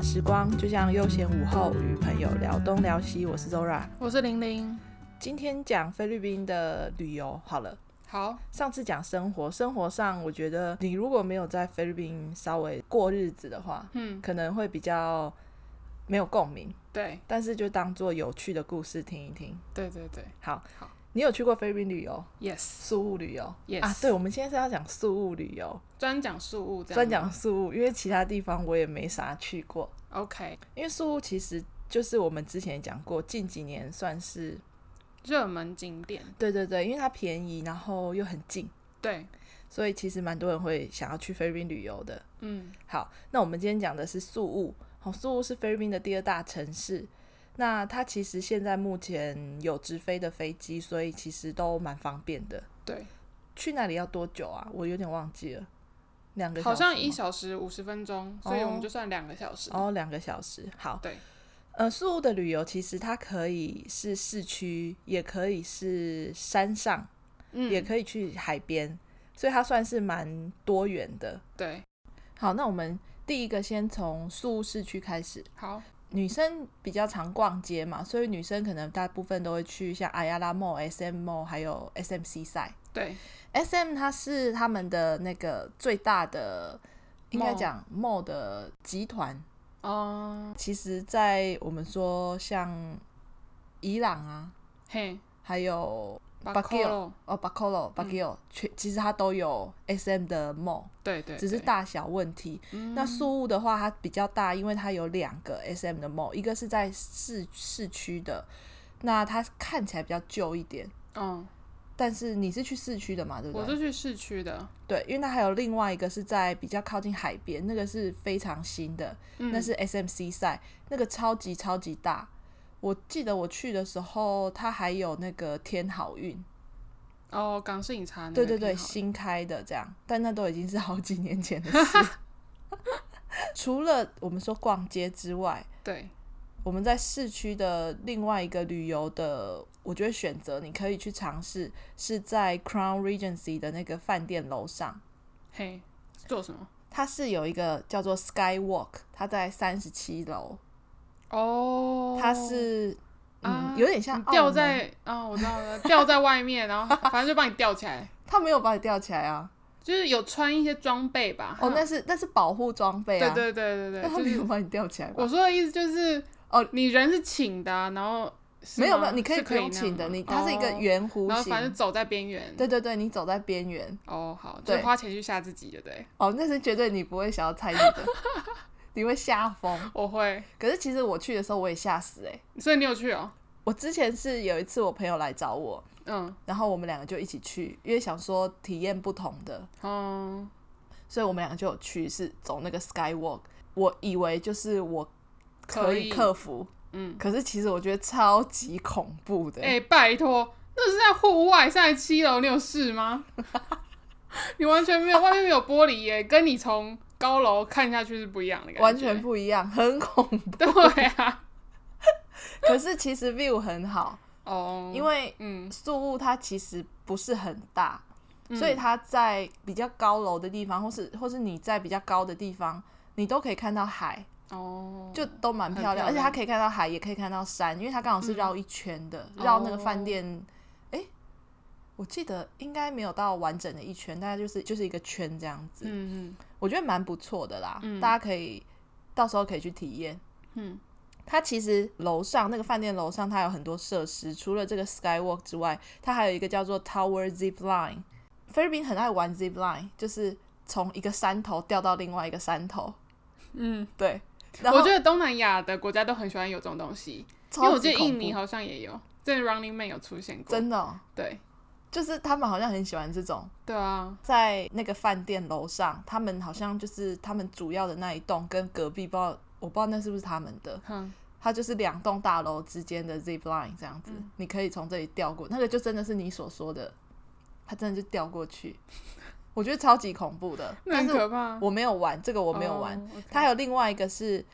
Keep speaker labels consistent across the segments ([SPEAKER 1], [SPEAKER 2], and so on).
[SPEAKER 1] 时光就像悠闲午后，与朋友聊东聊西。我是 Zora，
[SPEAKER 2] 我是玲玲。
[SPEAKER 1] 今天讲菲律宾的旅游好了。
[SPEAKER 2] 好，
[SPEAKER 1] 上次讲生活，生活上我觉得你如果没有在菲律宾稍微过日子的话，
[SPEAKER 2] 嗯，
[SPEAKER 1] 可能会比较没有共鸣，
[SPEAKER 2] 对，
[SPEAKER 1] 但是就当做有趣的故事听一听。
[SPEAKER 2] 对对对
[SPEAKER 1] 好，
[SPEAKER 2] 好
[SPEAKER 1] 你有去过菲律宾旅游、
[SPEAKER 2] ，yes，
[SPEAKER 1] 宿务旅游
[SPEAKER 2] Yes
[SPEAKER 1] 啊？对，我们现在是要讲宿务旅游，
[SPEAKER 2] 专讲事物这样，
[SPEAKER 1] 专讲宿务，因为其他地方我也没啥去过。
[SPEAKER 2] ，OK，
[SPEAKER 1] 因为宿务其实就是我们之前也讲过，近几年算是
[SPEAKER 2] 热门景点，
[SPEAKER 1] 对对对，因为它便宜，然后又很近，
[SPEAKER 2] 对，
[SPEAKER 1] 所以其实蛮多人会想要去菲律宾旅游的。
[SPEAKER 2] 嗯，
[SPEAKER 1] 好，那我们今天讲的是宿务，好，宿务是菲律宾的第二大城市。那它其实现在目前有直飞的飞机，所以其实都蛮方便的。
[SPEAKER 2] 对，
[SPEAKER 1] 去那里要多久啊？我有点忘记了，两个小时
[SPEAKER 2] 好像
[SPEAKER 1] 吗
[SPEAKER 2] 一小时五十分钟，所以
[SPEAKER 1] 哦
[SPEAKER 2] 我们就算两个小时，
[SPEAKER 1] 哦，两个小时。好，
[SPEAKER 2] 对，
[SPEAKER 1] 呃，宿务的旅游其实它可以是市区，也可以是山上，也
[SPEAKER 2] 嗯，
[SPEAKER 1] 可以去海边，所以它算是蛮多元的。
[SPEAKER 2] 对，
[SPEAKER 1] 好，那我们第一个先从宿务市区开始。
[SPEAKER 2] 好，
[SPEAKER 1] 女生比较常逛街嘛，所以女生可能大部分都会去像阿亚拉 mall、SM mall 还有 SMC 赛。
[SPEAKER 2] 对，
[SPEAKER 1] SM 它是他们的那个最大的，应该
[SPEAKER 2] Mall
[SPEAKER 1] 讲 mall 的集团。
[SPEAKER 2] 哦，
[SPEAKER 1] 其实，在我们说像伊朗啊，
[SPEAKER 2] 嘿，
[SPEAKER 1] 还有
[SPEAKER 2] 巴
[SPEAKER 1] Baguio
[SPEAKER 2] 克
[SPEAKER 1] 哦 b a c o l
[SPEAKER 2] 嗯
[SPEAKER 1] o b a g i o 全其实它都有 SM 的 mall，
[SPEAKER 2] 对对，
[SPEAKER 1] 只是
[SPEAKER 2] 对，嗯
[SPEAKER 1] 大小问题。那宿务的话，它比较大，因为它有两个 SM 的 mall，一个是在市市区的，那它看起来比较旧一点。
[SPEAKER 2] 嗯，
[SPEAKER 1] 但是你是去市区的嘛，对不
[SPEAKER 2] 我
[SPEAKER 1] 对？
[SPEAKER 2] 是去市区的，
[SPEAKER 1] 对，因为它还有另外一个是在比较靠近海边，那个是非常新的，
[SPEAKER 2] 嗯
[SPEAKER 1] 那是 SMC 赛，那个超级超级大。我记得我去的时候，它还有那个天好运，
[SPEAKER 2] 哦，港式饮茶那
[SPEAKER 1] 对对
[SPEAKER 2] 个挺好的，
[SPEAKER 1] 对，新开的这样，但那都已经是好几年前 的事。除了我们说逛街之外，
[SPEAKER 2] 对，
[SPEAKER 1] 我们在市区的另外一个旅游的，我觉得选择你可以去尝试，是在 Crown Regency 的那个饭店楼上，
[SPEAKER 2] 嘿，做什么？
[SPEAKER 1] 它是有一个叫做 Skywalk，它在三十七楼，
[SPEAKER 2] 哦，
[SPEAKER 1] 它是、
[SPEAKER 2] 啊
[SPEAKER 1] 嗯有点像澳
[SPEAKER 2] 吊
[SPEAKER 1] 门，
[SPEAKER 2] 在啊、我知道了，吊在外面，然后反正就把你吊起来，
[SPEAKER 1] 它没有把你吊起来啊，
[SPEAKER 2] 就是有穿一些装备吧。
[SPEAKER 1] 哦，那是那是保护装备
[SPEAKER 2] 对
[SPEAKER 1] 啊，
[SPEAKER 2] 对对对
[SPEAKER 1] 那
[SPEAKER 2] 对，
[SPEAKER 1] 它
[SPEAKER 2] 就
[SPEAKER 1] 没
[SPEAKER 2] 是
[SPEAKER 1] 有把你吊起来吧？
[SPEAKER 2] 我说的意思就是，
[SPEAKER 1] 哦，
[SPEAKER 2] 你人是请的啊、然后是吗
[SPEAKER 1] 没有没有，你可以
[SPEAKER 2] 是
[SPEAKER 1] 不
[SPEAKER 2] 可以
[SPEAKER 1] 用请的，
[SPEAKER 2] 那
[SPEAKER 1] 你
[SPEAKER 2] 样吗
[SPEAKER 1] 它是一个
[SPEAKER 2] 哦
[SPEAKER 1] 圆弧
[SPEAKER 2] 然后反正
[SPEAKER 1] 形，
[SPEAKER 2] 走在边缘。
[SPEAKER 1] 对对对，你走在边缘，
[SPEAKER 2] 哦，好，就
[SPEAKER 1] 对
[SPEAKER 2] 花钱去吓自己，对不对？
[SPEAKER 1] 哦，那是绝对你不会想要参与的， 你会吓疯。
[SPEAKER 2] 我会，
[SPEAKER 1] 可是其实我去的时候我也吓死哎、欸
[SPEAKER 2] 所以你有去哦。
[SPEAKER 1] 我之前是有一次我朋友来找我，
[SPEAKER 2] 嗯，
[SPEAKER 1] 然后我们两个就一起去，因为想说体验不同的，
[SPEAKER 2] 哦，
[SPEAKER 1] 所以我们两个就有去是走那个 Skywalk。我以为就是我可以
[SPEAKER 2] 可以
[SPEAKER 1] 克服，
[SPEAKER 2] 嗯，
[SPEAKER 1] 可是其实我觉得超级恐怖的。
[SPEAKER 2] 哎、拜托，那是在户外，是在七楼，你有事吗？ 你完全没有，外面没有玻璃耶，跟你从高楼看下去是不一样的感觉，
[SPEAKER 1] 完全不一样，很恐怖。
[SPEAKER 2] 对啊，
[SPEAKER 1] 可是其实 view 很好，
[SPEAKER 2] 哦，
[SPEAKER 1] 因为
[SPEAKER 2] 嗯
[SPEAKER 1] 宿务它其实不是很大，所以它在比较高楼的地方，或是或是你在比较高的地方，你都可以看到海，
[SPEAKER 2] 哦，
[SPEAKER 1] 就都蛮漂
[SPEAKER 2] 很漂
[SPEAKER 1] 亮，
[SPEAKER 2] 亮嗯
[SPEAKER 1] 而且它可以看到海，也可以看到山，因为它刚好是绕一圈的，绕那个饭店，
[SPEAKER 2] 哦
[SPEAKER 1] 诶，我记得应该没有到完整的一圈，大概就是就是一个圈这样子，
[SPEAKER 2] 嗯嗯
[SPEAKER 1] 我觉得蛮不错的啦，
[SPEAKER 2] 嗯
[SPEAKER 1] 大家可以到时候可以去体验。
[SPEAKER 2] 嗯，
[SPEAKER 1] 它其实楼上那个饭店楼上，它有很多设施，除了这个 Skywalk 之外，它还有一个叫做 Tower Zip Line。菲律宾很爱玩 Zip Line，就是从一个山头掉到另外一个山头。
[SPEAKER 2] 嗯，
[SPEAKER 1] 对，然后
[SPEAKER 2] 我觉得东南亚的国家都很喜欢有这种东西，因为
[SPEAKER 1] 超
[SPEAKER 2] 我记
[SPEAKER 1] 级
[SPEAKER 2] 得
[SPEAKER 1] 恐
[SPEAKER 2] 印
[SPEAKER 1] 怖，
[SPEAKER 2] 尼好像也有，在 Running Man 有出现过，
[SPEAKER 1] 真的哦、
[SPEAKER 2] 对
[SPEAKER 1] 就是他们好像很喜欢这种。
[SPEAKER 2] 对啊，
[SPEAKER 1] 在那个饭店楼上，他们好像就是他们主要的那一栋跟隔壁，不知道我不知道那是不是他们的，
[SPEAKER 2] 哼，
[SPEAKER 1] 它就是两栋大楼之间的 zip line 这样子，你可以从这里掉过，那个就真的是你所说的，它真的就掉过去，我觉得超级恐怖的。
[SPEAKER 2] 那
[SPEAKER 1] 但
[SPEAKER 2] 很
[SPEAKER 1] 是
[SPEAKER 2] 可怕，
[SPEAKER 1] 我没有玩这个，我没有玩。
[SPEAKER 2] 哦，OK
[SPEAKER 1] 它还有另外一个是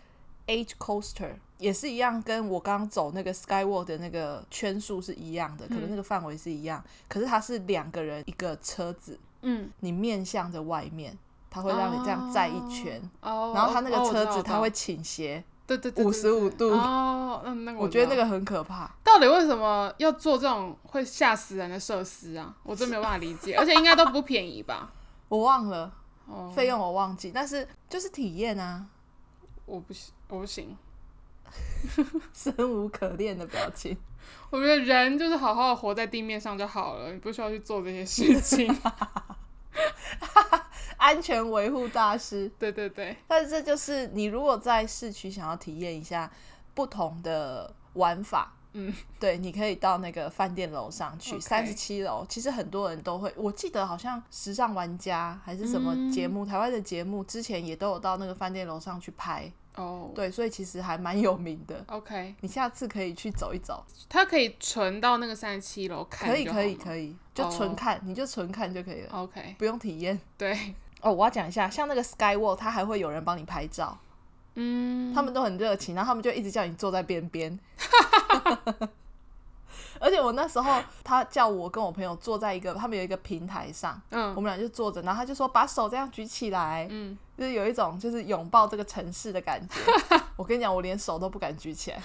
[SPEAKER 1] H coaster，也是一样，跟我刚刚走那个 Skywalk 的那个圈数是一
[SPEAKER 2] 嗯
[SPEAKER 1] 样的，可能那个范围是一样，可是它是两个人一个车子，
[SPEAKER 2] 嗯
[SPEAKER 1] 你面向着外面，它会让你这样载一圈，
[SPEAKER 2] 哦，
[SPEAKER 1] 然后它那
[SPEAKER 2] 哦
[SPEAKER 1] 个
[SPEAKER 2] 我知
[SPEAKER 1] 车
[SPEAKER 2] 道
[SPEAKER 1] 子
[SPEAKER 2] 我知
[SPEAKER 1] 它
[SPEAKER 2] 道
[SPEAKER 1] 会倾斜，
[SPEAKER 2] 对对对对
[SPEAKER 1] 55
[SPEAKER 2] 对
[SPEAKER 1] 度
[SPEAKER 2] 哦，嗯，那个
[SPEAKER 1] 我觉得
[SPEAKER 2] 知
[SPEAKER 1] 那
[SPEAKER 2] 道
[SPEAKER 1] 个很可怕。
[SPEAKER 2] 到底为什么要做这种会吓死人的设施啊？我真没有办法理解，而且应该都不便宜 吧？
[SPEAKER 1] 我忘了
[SPEAKER 2] 哦，
[SPEAKER 1] 费用，我忘记，但是就是体验啊，
[SPEAKER 2] 我不行，我不行，
[SPEAKER 1] 生无可恋的表情。
[SPEAKER 2] 我觉得人就是好好的活在地面上就好了，你不需要去做这些事情。
[SPEAKER 1] 安全维护大师。
[SPEAKER 2] 对对对，
[SPEAKER 1] 但是这就是你如果在市区想要体验一下不同的玩法，
[SPEAKER 2] 嗯，
[SPEAKER 1] 对，你可以到那个饭店楼上去，
[SPEAKER 2] OK
[SPEAKER 1] 三十七楼。其实很多人都会，我记得好像时尚玩家还是什么
[SPEAKER 2] 嗯
[SPEAKER 1] 节目，台湾的节目之前也都有到那个饭店楼上去拍，
[SPEAKER 2] 哦、
[SPEAKER 1] 对，所以其实还蛮有名的。
[SPEAKER 2] o k
[SPEAKER 1] 你下次可以去走一走，
[SPEAKER 2] 它可以存到那个三十七楼看
[SPEAKER 1] 可以可以
[SPEAKER 2] 以
[SPEAKER 1] 可以，就纯看，你就纯看就可以了，
[SPEAKER 2] ，OK，
[SPEAKER 1] 不用体验。
[SPEAKER 2] 对，
[SPEAKER 1] 哦，我要讲一下，像那个 Skywalk，它还会有人帮你拍照。
[SPEAKER 2] 嗯，
[SPEAKER 1] 他们都很热情，然后他们就一直叫你坐在边边。 而且我那时候，他叫我跟我朋友坐在一个，他们有一个平台上，我
[SPEAKER 2] 嗯
[SPEAKER 1] 们俩就坐着，然后他就说把手这样举起来，
[SPEAKER 2] 嗯，
[SPEAKER 1] 就是有一种就是拥抱这个城市的 感觉。我跟你讲，我连手都不敢举起来，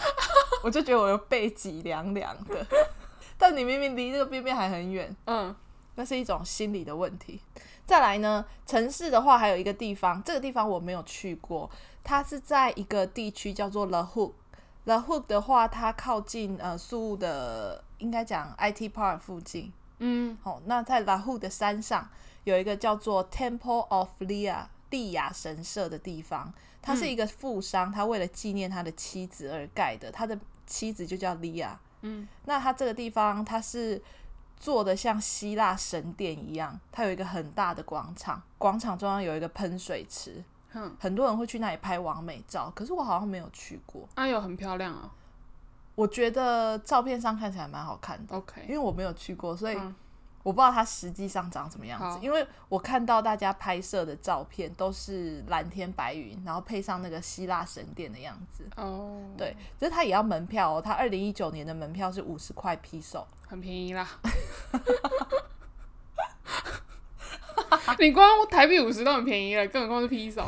[SPEAKER 1] 我就觉得我的背脊凉凉的。但你明明离那个边边还很远，
[SPEAKER 2] 嗯
[SPEAKER 1] 那是一种心理的问题。再来呢，城市的话还有一个地方，这个地方我没有去过，它是在一个地区叫做 La Hook。La Hook 的话，它靠近呃宿务的，应该讲 IT Park 附近。
[SPEAKER 2] 嗯
[SPEAKER 1] 哦，那在 La Hook 的山上有一个叫做 Temple of Lia 利亚神社的地方，它是一个富商，他为了纪念他的妻子而盖的，他的妻子就叫利亚。
[SPEAKER 2] 嗯
[SPEAKER 1] 那它这个地方它是做的像希腊神殿一样，它有一个很大的广场，广场中央有一个喷水池，
[SPEAKER 2] 哼，
[SPEAKER 1] 很多人会去那里拍完美照。可是我好像没有去过，
[SPEAKER 2] 哎呦，很漂亮啊
[SPEAKER 1] 我觉得照片上看起来蛮好看的，因
[SPEAKER 2] ，OK，
[SPEAKER 1] 为我没有去过，所以
[SPEAKER 2] 嗯
[SPEAKER 1] 我不知道它实际上长什么样子
[SPEAKER 2] 好。
[SPEAKER 1] 因为我看到大家拍摄的照片都是蓝天白云，然后配上那个希腊神殿的样子。
[SPEAKER 2] 哦，
[SPEAKER 1] 对，可是它也要门票哦，它二零一九年的门票是五十块披手。
[SPEAKER 2] 很便宜啦。 你光台币五十都很便宜了，更何况是披手，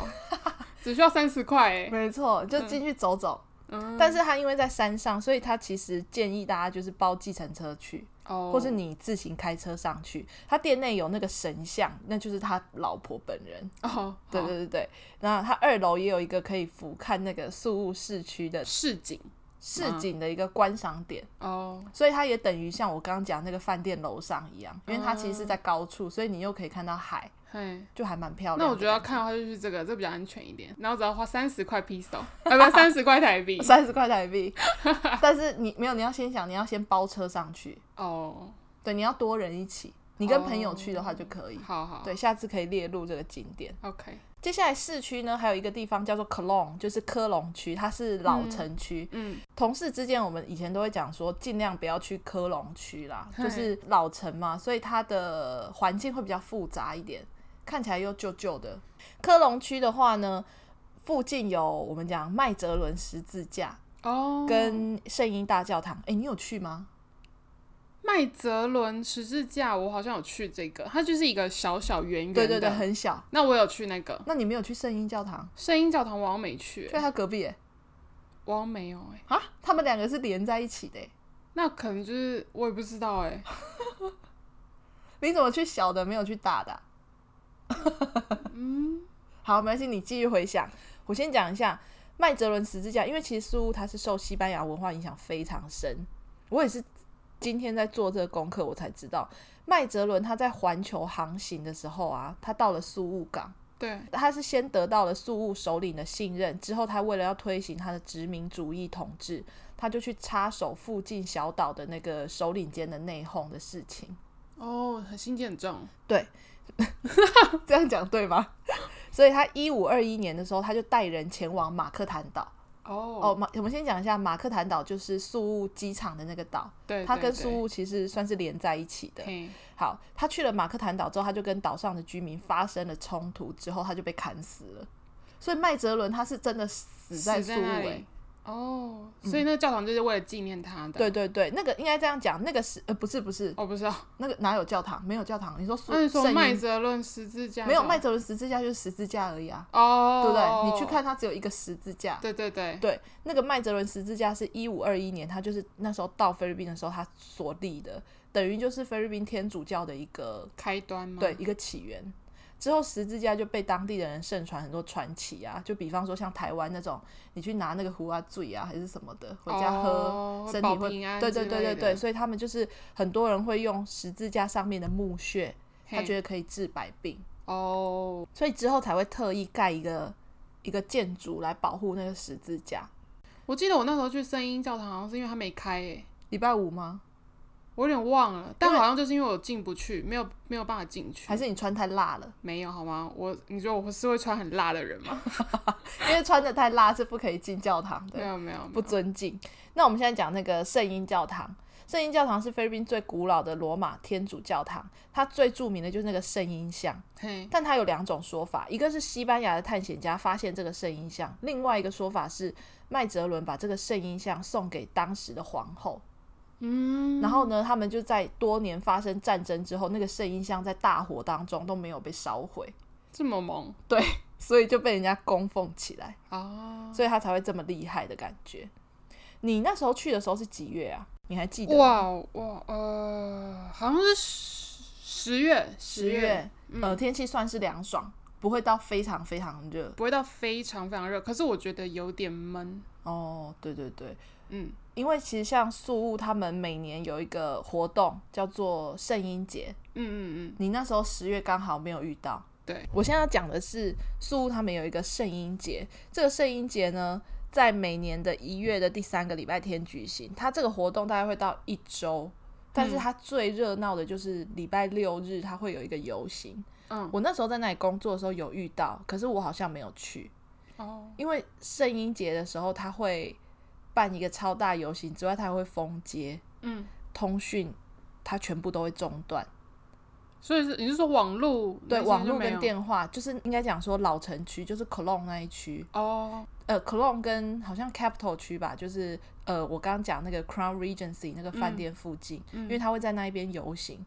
[SPEAKER 2] 只需要三十块哎。
[SPEAKER 1] 没错，就进去走走。
[SPEAKER 2] 嗯，
[SPEAKER 1] 但是它因为在山上，所以它其实建议大家就是包计程车去，
[SPEAKER 2] 哦，
[SPEAKER 1] 或是你自行开车上去。他店内有那个神像，那就是他老婆本人。
[SPEAKER 2] 哦，
[SPEAKER 1] 对对
[SPEAKER 2] 好
[SPEAKER 1] 对对，然后它二楼也有一个可以俯瞰那个宿务市区的
[SPEAKER 2] 市井
[SPEAKER 1] 市景的一个观赏点，
[SPEAKER 2] 哦，
[SPEAKER 1] 所以它也等于像我刚刚讲那个饭店楼上一
[SPEAKER 2] 嗯
[SPEAKER 1] 样，因为它其实是在高处，所以你又可以看到海，
[SPEAKER 2] 嘿。
[SPEAKER 1] 就还蛮漂亮的。
[SPEAKER 2] 那我觉得要看的话，就是这个，这比较安全一点。然后只要花三十块披 手，啊不，三十块台币。
[SPEAKER 1] 三十块台 币，但是你没有，你要先想，你要先包车上去，
[SPEAKER 2] 哦，
[SPEAKER 1] 对，你要多人一起，你跟朋友去的话就可以。
[SPEAKER 2] 好好，
[SPEAKER 1] 对，下次可以列入这个景点。
[SPEAKER 2] ，OK，
[SPEAKER 1] 接下来市区呢，还有一个地方叫做 Cologne，就是科隆区，它是老城区。
[SPEAKER 2] 嗯
[SPEAKER 1] 同事之间，我们以前都会讲说，尽量不要去科隆区啦，
[SPEAKER 2] 嗨
[SPEAKER 1] 就是老城嘛，所以它的环境会比较复杂一点，看起来又旧旧的。科隆区的话呢，附近有我们讲麦哲伦十字架
[SPEAKER 2] 哦，
[SPEAKER 1] 跟圣婴大教堂。诶，你有去吗？
[SPEAKER 2] 麦哲伦十字架，我好像有去这个，它就是一个小小圆圆的。
[SPEAKER 1] 对对对，很小。
[SPEAKER 2] 那我有去那个
[SPEAKER 1] 那你没有去圣婴教堂？
[SPEAKER 2] 圣婴教堂，我好像没去、
[SPEAKER 1] 就
[SPEAKER 2] 欸，
[SPEAKER 1] 在它隔壁耶、
[SPEAKER 2] 我好像没有哎、
[SPEAKER 1] 啊，他们两个是连在一起的欸。
[SPEAKER 2] 那可能就是我也不知道哎、
[SPEAKER 1] 你怎么去小的没有去大的啊、
[SPEAKER 2] 嗯，
[SPEAKER 1] 好，没关系，你继续回想。我先讲一下麦哲伦十字架，因为其实苏它是受西班牙文化影响非常深。我也是今天在做这个功课，我才知道麦哲伦他在环球航行的时候啊，他到了苏务港，
[SPEAKER 2] 对，
[SPEAKER 1] 他是先得到了宿务首领的信任，之后他为了要推行他的殖民主义统治，他就去插手附近小岛的那个首领间的内讧的事情。
[SPEAKER 2] 哦，很心机很重，
[SPEAKER 1] 这样讲对吗？ 所以他一五二一年的时候，他就带人前往马克坦岛。哦，
[SPEAKER 2] 哦，
[SPEAKER 1] 马，我们先讲一下马克坦岛，就是宿务机场的那个岛，
[SPEAKER 2] 对，
[SPEAKER 1] 它跟
[SPEAKER 2] 苏
[SPEAKER 1] 宿务其实算是连在一起的。
[SPEAKER 2] 嘿，
[SPEAKER 1] 好，他去了马克坦岛之后，他就跟岛上的居民发生了冲突，之后他就被砍死了。所以麦哲伦他是真的死在
[SPEAKER 2] 死
[SPEAKER 1] 宿
[SPEAKER 2] 在那
[SPEAKER 1] 务、欸嗯
[SPEAKER 2] 里，，哦，所以那个教堂就是为了纪念他的。
[SPEAKER 1] 对，对对，那个应该这样讲，那个是呃不是不是
[SPEAKER 2] 哦，不是啊，
[SPEAKER 1] 那个哪有教堂？没有教堂。你说苏
[SPEAKER 2] 哦那你说
[SPEAKER 1] 圣
[SPEAKER 2] 麦
[SPEAKER 1] 婴
[SPEAKER 2] 哲伦十字架
[SPEAKER 1] 没有
[SPEAKER 2] 教
[SPEAKER 1] 麦哲伦十字架就是十字架而已啊，
[SPEAKER 2] 哦，
[SPEAKER 1] 对不对？你去，看它只有一个十字架。
[SPEAKER 2] 对对对，
[SPEAKER 1] 对，那个麦哲伦十字架是一五二一年，他就是那时候到菲律宾的时候他所立的，等于就是菲律宾天主教的一个
[SPEAKER 2] 开端嘛，
[SPEAKER 1] 对，一个起源。之后十字架就被当地的人盛传很多传奇啊，就比方说像台湾那种，你去拿那个壶啊、醉啊还是什么的回家喝，
[SPEAKER 2] 哦
[SPEAKER 1] 身
[SPEAKER 2] 保
[SPEAKER 1] 体会
[SPEAKER 2] 平安
[SPEAKER 1] 对
[SPEAKER 2] 之
[SPEAKER 1] 对对
[SPEAKER 2] 类
[SPEAKER 1] 对对，
[SPEAKER 2] 的，
[SPEAKER 1] 所以他们就是很多人会用十字架上面的墓穴，他
[SPEAKER 2] 嘿
[SPEAKER 1] 觉得可以治百病，
[SPEAKER 2] 哦，
[SPEAKER 1] 所以之后才会特意盖一个一个建筑来保护那个十字架。
[SPEAKER 2] 我记得我那时候去圣婴教堂，好像是因为它没开欸诶、
[SPEAKER 1] 礼拜五吗？
[SPEAKER 2] 我有点忘了，但
[SPEAKER 1] 因为
[SPEAKER 2] 好像就是因为我进不去，没有没有办法进去，
[SPEAKER 1] 还是你穿太辣了？
[SPEAKER 2] 没有好吗？我你觉得我是会穿很辣的人 吗？
[SPEAKER 1] 因为穿的太辣是不可以进教堂
[SPEAKER 2] 没
[SPEAKER 1] 的，
[SPEAKER 2] 有没有，没
[SPEAKER 1] 不
[SPEAKER 2] 有
[SPEAKER 1] 尊敬。那我们现在讲那个圣婴教堂，圣婴教堂是菲律宾最古老的罗马天主教堂，它最著名的就是那个圣婴像。
[SPEAKER 2] 嘿，
[SPEAKER 1] 但它有两种说法，一个是西班牙的探险家发现这个圣婴像，另外一个说法是麦哲伦把这个圣婴像送给当时的皇后。
[SPEAKER 2] 嗯，
[SPEAKER 1] 然后呢，他们就在多年发生战争之后，那个圣婴像在大火当中都没有被烧毁，
[SPEAKER 2] 这么萌
[SPEAKER 1] 所以就被人家供奉起来，
[SPEAKER 2] 啊！
[SPEAKER 1] 所以他才会这么厉害的感觉。你那时候去的时候是几月啊？你还记得吗？
[SPEAKER 2] 哇哦哇呃，好像是十十月
[SPEAKER 1] 十
[SPEAKER 2] 月
[SPEAKER 1] 月，呃，天气算是凉爽，不会到非常非常热。
[SPEAKER 2] 不会到非常非常热，可是我觉得有点闷，
[SPEAKER 1] 哦，对对对，
[SPEAKER 2] 嗯，
[SPEAKER 1] 因为其实像宿务他们每年有一个活动叫做圣婴节，
[SPEAKER 2] 嗯嗯嗯，
[SPEAKER 1] 你那时候十月刚好没有遇到。
[SPEAKER 2] 对，
[SPEAKER 1] 我现在要讲的是宿务他们有一个圣婴节，这个圣婴节呢，在每年的一月的第三个礼拜天举行，它这个活动大概会到一周。但是
[SPEAKER 2] 嗯
[SPEAKER 1] 它最热闹的就是礼拜六日，它会有一个游行。
[SPEAKER 2] 嗯，
[SPEAKER 1] 我那时候在那里工作的时候有遇到，可是我好像没有去。
[SPEAKER 2] 哦，
[SPEAKER 1] 因为圣婴节的时候，他会办一个超大游行，之外他还会封街，
[SPEAKER 2] 嗯，
[SPEAKER 1] 通讯他全部都会中断，
[SPEAKER 2] 所以是你是说网络
[SPEAKER 1] 对，
[SPEAKER 2] 那些
[SPEAKER 1] 网
[SPEAKER 2] 就
[SPEAKER 1] 络
[SPEAKER 2] 没
[SPEAKER 1] 跟
[SPEAKER 2] 有
[SPEAKER 1] 电话，就是应该讲说老城区，就是 Cologne 那一区，
[SPEAKER 2] 哦，
[SPEAKER 1] 呃，Cologne 跟好像 Capital 区吧，就是呃，我刚刚讲那个 Crown Regency 那个饭店附近，
[SPEAKER 2] 嗯
[SPEAKER 1] 因为他会在那一边游行，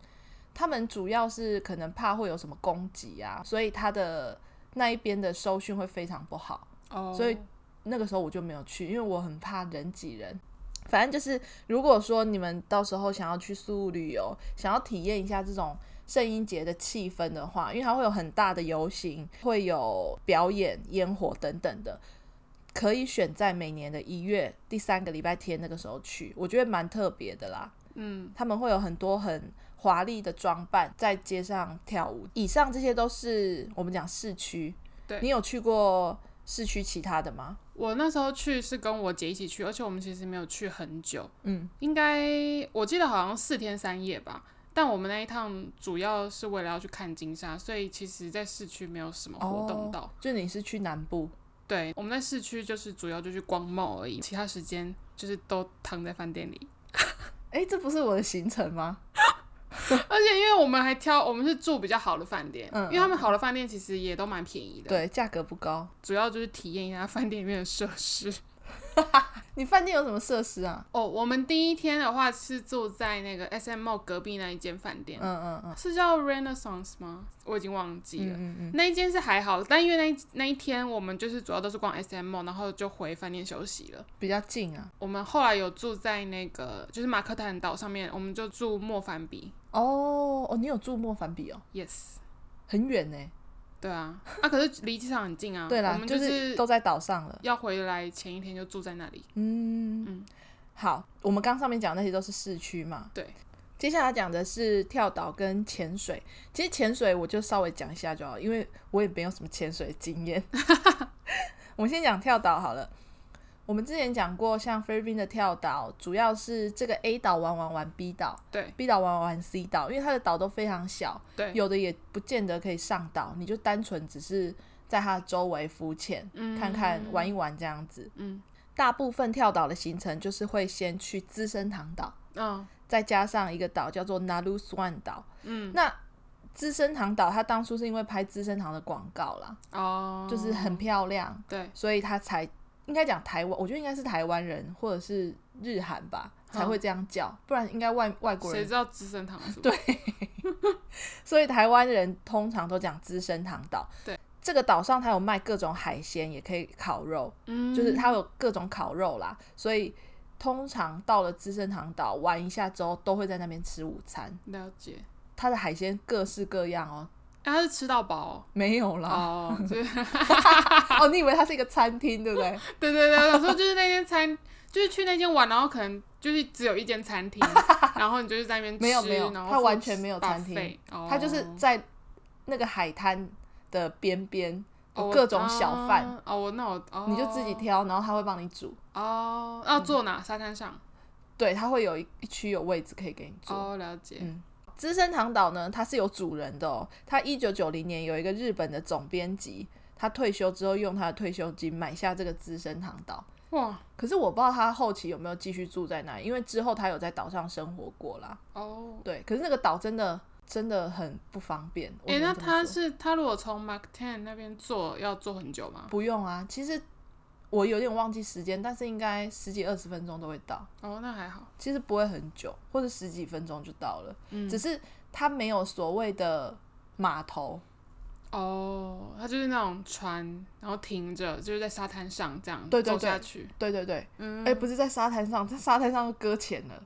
[SPEAKER 1] 他们主要是可能怕会有什么攻击啊，所以他的那一边的收讯会非常不好。
[SPEAKER 2] 哦，
[SPEAKER 1] 所以那个时候我就没有去，因为我很怕人挤人。反正就是，如果说你们到时候想要去宿务旅游，想要体验一下这种圣婴节的气氛的话，因为它会有很大的游行，会有表演、烟火等等的，可以选在每年的一月第三个礼拜天那个时候去，我觉得蛮特别的啦。
[SPEAKER 2] 嗯，
[SPEAKER 1] 他们会有很多很华丽的装扮，在街上跳舞。以上这些都是我们讲市区。
[SPEAKER 2] 对
[SPEAKER 1] 你有去过市区其他的吗？
[SPEAKER 2] 我那时候去是跟我姐一起去，而且我们其实没有去很久，
[SPEAKER 1] 嗯，
[SPEAKER 2] 应该我记得好像四天三夜吧。但我们那一趟主要是为了要去看金沙，所以其实，在市区没有什么活动到。
[SPEAKER 1] 哦就你是去南部，
[SPEAKER 2] 对，我们在市区就是主要就去逛 mall 而已，其他时间就是都躺在饭店里。
[SPEAKER 1] 哎，这不是我的行程吗？
[SPEAKER 2] 而且因为我们还挑，我们是住比较好的饭店，
[SPEAKER 1] 嗯
[SPEAKER 2] 因为他们好的饭店其实也都蛮便宜的。，
[SPEAKER 1] 对，价格不高。
[SPEAKER 2] 主要就是体验一下饭店里面的设施。
[SPEAKER 1] 你饭店有什么设施啊？
[SPEAKER 2] 哦，我们第一天的话是住在那个 S M O 隔壁那一间饭店
[SPEAKER 1] 嗯，嗯嗯
[SPEAKER 2] 是叫 Renaissance 吗？我已经忘记了。
[SPEAKER 1] 嗯嗯
[SPEAKER 2] 那一间是还好，但因为那一那一天我们就是主要都是逛 S M O，然后就回饭店休息了
[SPEAKER 1] 嗯。，比较近啊。
[SPEAKER 2] 我们后来有住在那个就是马克坦岛上面，我们就住莫凡比
[SPEAKER 1] 哦哦，你有住莫凡比哦，
[SPEAKER 2] ，yes，
[SPEAKER 1] 很远呢。
[SPEAKER 2] 对啊，啊可是离机场很近啊，
[SPEAKER 1] 对
[SPEAKER 2] 我
[SPEAKER 1] 啦，
[SPEAKER 2] 们
[SPEAKER 1] 就是都在岛上了。
[SPEAKER 2] 要回来前一天就住在那里，
[SPEAKER 1] 嗯
[SPEAKER 2] 嗯
[SPEAKER 1] 好，我们刚上面讲的那些都是市区嘛。
[SPEAKER 2] 对，
[SPEAKER 1] 接下来讲的是跳岛跟潜水。其实潜水我就稍微讲一下就好，因为我也没有什么潜水经 验。我们先讲跳岛好了。我们之前讲过，像菲律宾的跳岛，主要是这个 A 岛玩玩玩 B 岛
[SPEAKER 2] 对
[SPEAKER 1] ，B 岛玩玩玩 C 岛，因为它的岛都非常小，
[SPEAKER 2] 对，
[SPEAKER 1] 有的也不见得可以上岛，你就单纯只是在它的周围浮潜，
[SPEAKER 2] 嗯
[SPEAKER 1] 看看玩一玩这样子。
[SPEAKER 2] 嗯
[SPEAKER 1] 大部分跳岛的行程就是会先去资生堂岛，
[SPEAKER 2] 嗯
[SPEAKER 1] 再加上一个岛叫做 Nalu Swan 岛。
[SPEAKER 2] 嗯
[SPEAKER 1] 那资生堂岛，它当初是因为拍资生堂的广告啦，
[SPEAKER 2] 哦，
[SPEAKER 1] 就是很漂亮，
[SPEAKER 2] 对
[SPEAKER 1] 所以它才应该讲台湾，我觉得应该是台湾人或者是日韩吧
[SPEAKER 2] 嗯
[SPEAKER 1] 才会这样叫，不然应该外外国
[SPEAKER 2] 谁
[SPEAKER 1] 人
[SPEAKER 2] 知道资生堂是对
[SPEAKER 1] 所以台湾人通常都讲资生堂岛。
[SPEAKER 2] 对，
[SPEAKER 1] 这个岛上它有卖各种海鲜，也可以烤肉，
[SPEAKER 2] 嗯
[SPEAKER 1] 就是它有各种烤肉啦。所以通常到了资生堂岛玩一下之后，都会在那边吃午餐。
[SPEAKER 2] 了解。
[SPEAKER 1] 它的海鲜各式各样哦，
[SPEAKER 2] 哎他是吃到饱
[SPEAKER 1] 没有
[SPEAKER 2] 哦，
[SPEAKER 1] 啦。
[SPEAKER 2] 哦，就是
[SPEAKER 1] 哦，你以为它是一个餐厅，对不对？
[SPEAKER 2] 对对对，我想说就是那间餐， 就是去那间玩，然后可能就是只有一间餐 厅，然后你就是在那边吃，
[SPEAKER 1] 没有没有
[SPEAKER 2] 然后
[SPEAKER 1] 它完全没有餐厅
[SPEAKER 2] buffet，哦，
[SPEAKER 1] 它就是在那个海滩的边边，
[SPEAKER 2] 哦
[SPEAKER 1] 有各种小贩，
[SPEAKER 2] 啊哦，我那我哦，
[SPEAKER 1] 你就自己嗯挑，然后他会帮你煮。
[SPEAKER 2] 哦，要坐哪？沙滩上
[SPEAKER 1] 对，它会有一一区有位置可以给你坐。
[SPEAKER 2] 哦，了解，
[SPEAKER 1] 嗯资生堂岛呢，它是有主人的哦。它一九九零年有一个日本的总编辑，他退休之后用他的退休金买下这个资生堂岛。
[SPEAKER 2] 哇，
[SPEAKER 1] 可是我不知道他后期有没有继续住在那里，因为之后他有在岛上生活过啦。
[SPEAKER 2] 哦，
[SPEAKER 1] 对，可是那个岛真的真的很不方便。我
[SPEAKER 2] 诶，
[SPEAKER 1] 只能
[SPEAKER 2] 那
[SPEAKER 1] 这么
[SPEAKER 2] 他
[SPEAKER 1] 说
[SPEAKER 2] 是他如果从 Mark Ten 那边坐，要坐很久吗？
[SPEAKER 1] 不用啊？其实我有点忘记时间，但是应该十几二十分钟都会到，
[SPEAKER 2] 哦，那还好，
[SPEAKER 1] 其实不会很久，或者十几分钟就到了。
[SPEAKER 2] 嗯
[SPEAKER 1] 只，是它没有所谓的码头，
[SPEAKER 2] 哦，他就是那种船，然后停着，就是在沙滩上这样
[SPEAKER 1] 对对
[SPEAKER 2] 走
[SPEAKER 1] 对
[SPEAKER 2] 下去，
[SPEAKER 1] 对对对，
[SPEAKER 2] 嗯，
[SPEAKER 1] 哎、不是在沙滩上，在沙滩上就搁浅了，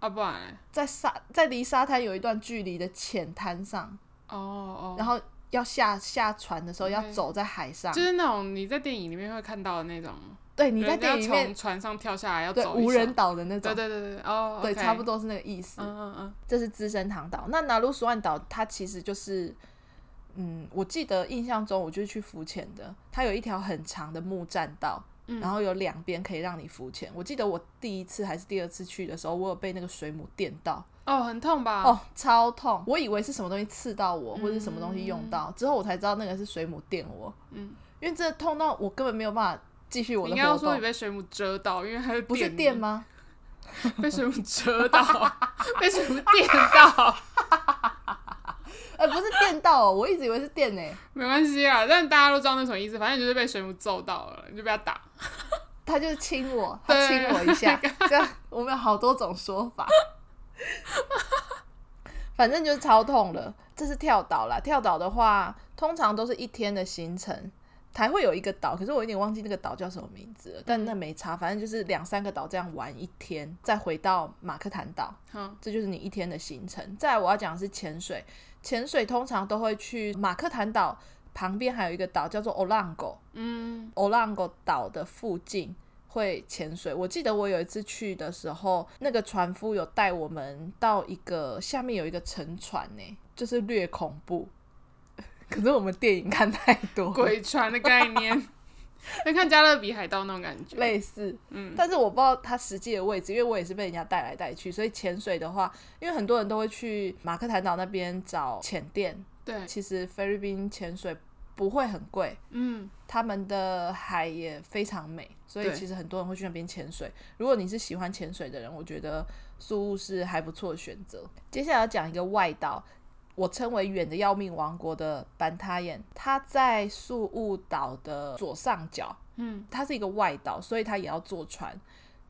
[SPEAKER 2] 啊，不然嘞，
[SPEAKER 1] 在沙在离沙滩有一段距离的浅滩上，
[SPEAKER 2] 哦哦，
[SPEAKER 1] 然后要下下船的时候
[SPEAKER 2] OK
[SPEAKER 1] 要走在海上，
[SPEAKER 2] 就是那种你在电影里面会看到的那种，
[SPEAKER 1] 对，你在
[SPEAKER 2] 人家
[SPEAKER 1] 电影里面
[SPEAKER 2] 从船上跳下来要
[SPEAKER 1] 对
[SPEAKER 2] 走一
[SPEAKER 1] 无
[SPEAKER 2] 下
[SPEAKER 1] 人，岛的那种
[SPEAKER 2] 对，对对对，哦，
[SPEAKER 1] 对，差不
[SPEAKER 2] 多，
[SPEAKER 1] 多是那个意思。
[SPEAKER 2] 嗯嗯嗯，
[SPEAKER 1] 这是资生堂岛，那拿鲁索万岛它其实就是。嗯，我记得印象中我就是去浮潜的，它有一条很长的木栈道，
[SPEAKER 2] 嗯
[SPEAKER 1] 然后有两边可以让你浮潜。我记得我第一次还是第二次去的时候，我有被那个水母电到，
[SPEAKER 2] 哦，很痛吧？
[SPEAKER 1] 哦，超痛！我以为是什么东西刺到我，或者是什么东西用到，之后我才知道那个是水母电我。
[SPEAKER 2] 嗯，
[SPEAKER 1] 因为真的痛到我根本没有办法继续我
[SPEAKER 2] 你
[SPEAKER 1] 的
[SPEAKER 2] 应该要
[SPEAKER 1] 活
[SPEAKER 2] 说你
[SPEAKER 1] 动。
[SPEAKER 2] 被水母蛰到，因为它
[SPEAKER 1] 不是
[SPEAKER 2] 你
[SPEAKER 1] 电吗？
[SPEAKER 2] 被水母蛰到，被水母电到，
[SPEAKER 1] 呃，不是电到哦，我一直以为是电呢、
[SPEAKER 2] 没关系啊。但大家都知道那什么意思，反正你就是被水母揍到了，你就被它打。
[SPEAKER 1] 他就是亲我，他亲我一下，这样我们有好多种说法。反正就是超痛了，这是跳岛啦。跳岛的话，通常都是一天的行程才会有一个岛，可是我有点忘记那个岛叫什么名字了，但那没差，反正就是两三个岛这样玩一天，再回到马克坦岛，
[SPEAKER 2] 好，
[SPEAKER 1] 这就是你一天的行程。再来我要讲的是潜水，潜水通常都会去马克坦岛旁边还有一个岛叫做 Olango，
[SPEAKER 2] 嗯，
[SPEAKER 1] o l a n g o 岛的附近会潜水。我记得我有一次去的时候，那个船夫有带我们到一个下面有一个沉船呢、就是略恐怖。 可是我们电影看太多，
[SPEAKER 2] 鬼船的概念， 在看加勒比海盗那种感觉。
[SPEAKER 1] 类似，
[SPEAKER 2] 嗯
[SPEAKER 1] 但是我不知道它实际的位置，因为我也是被人家带来带去，所以潜水的话，因为很多人都会去马克坦岛那边找潜店，
[SPEAKER 2] 对，
[SPEAKER 1] 其实菲律宾潜水不会很贵，
[SPEAKER 2] 嗯，
[SPEAKER 1] 他们的海也非常美，所以
[SPEAKER 2] 对
[SPEAKER 1] 其实很多人会去那边潜水。如果你是喜欢潜水的人，我觉得苏雾是还不错的选择。接下来要讲一个外岛，我称为远的要命王国的班塔眼，它在宿雾岛的左上角，
[SPEAKER 2] 嗯，
[SPEAKER 1] 它是一个外岛，所以它也要坐船。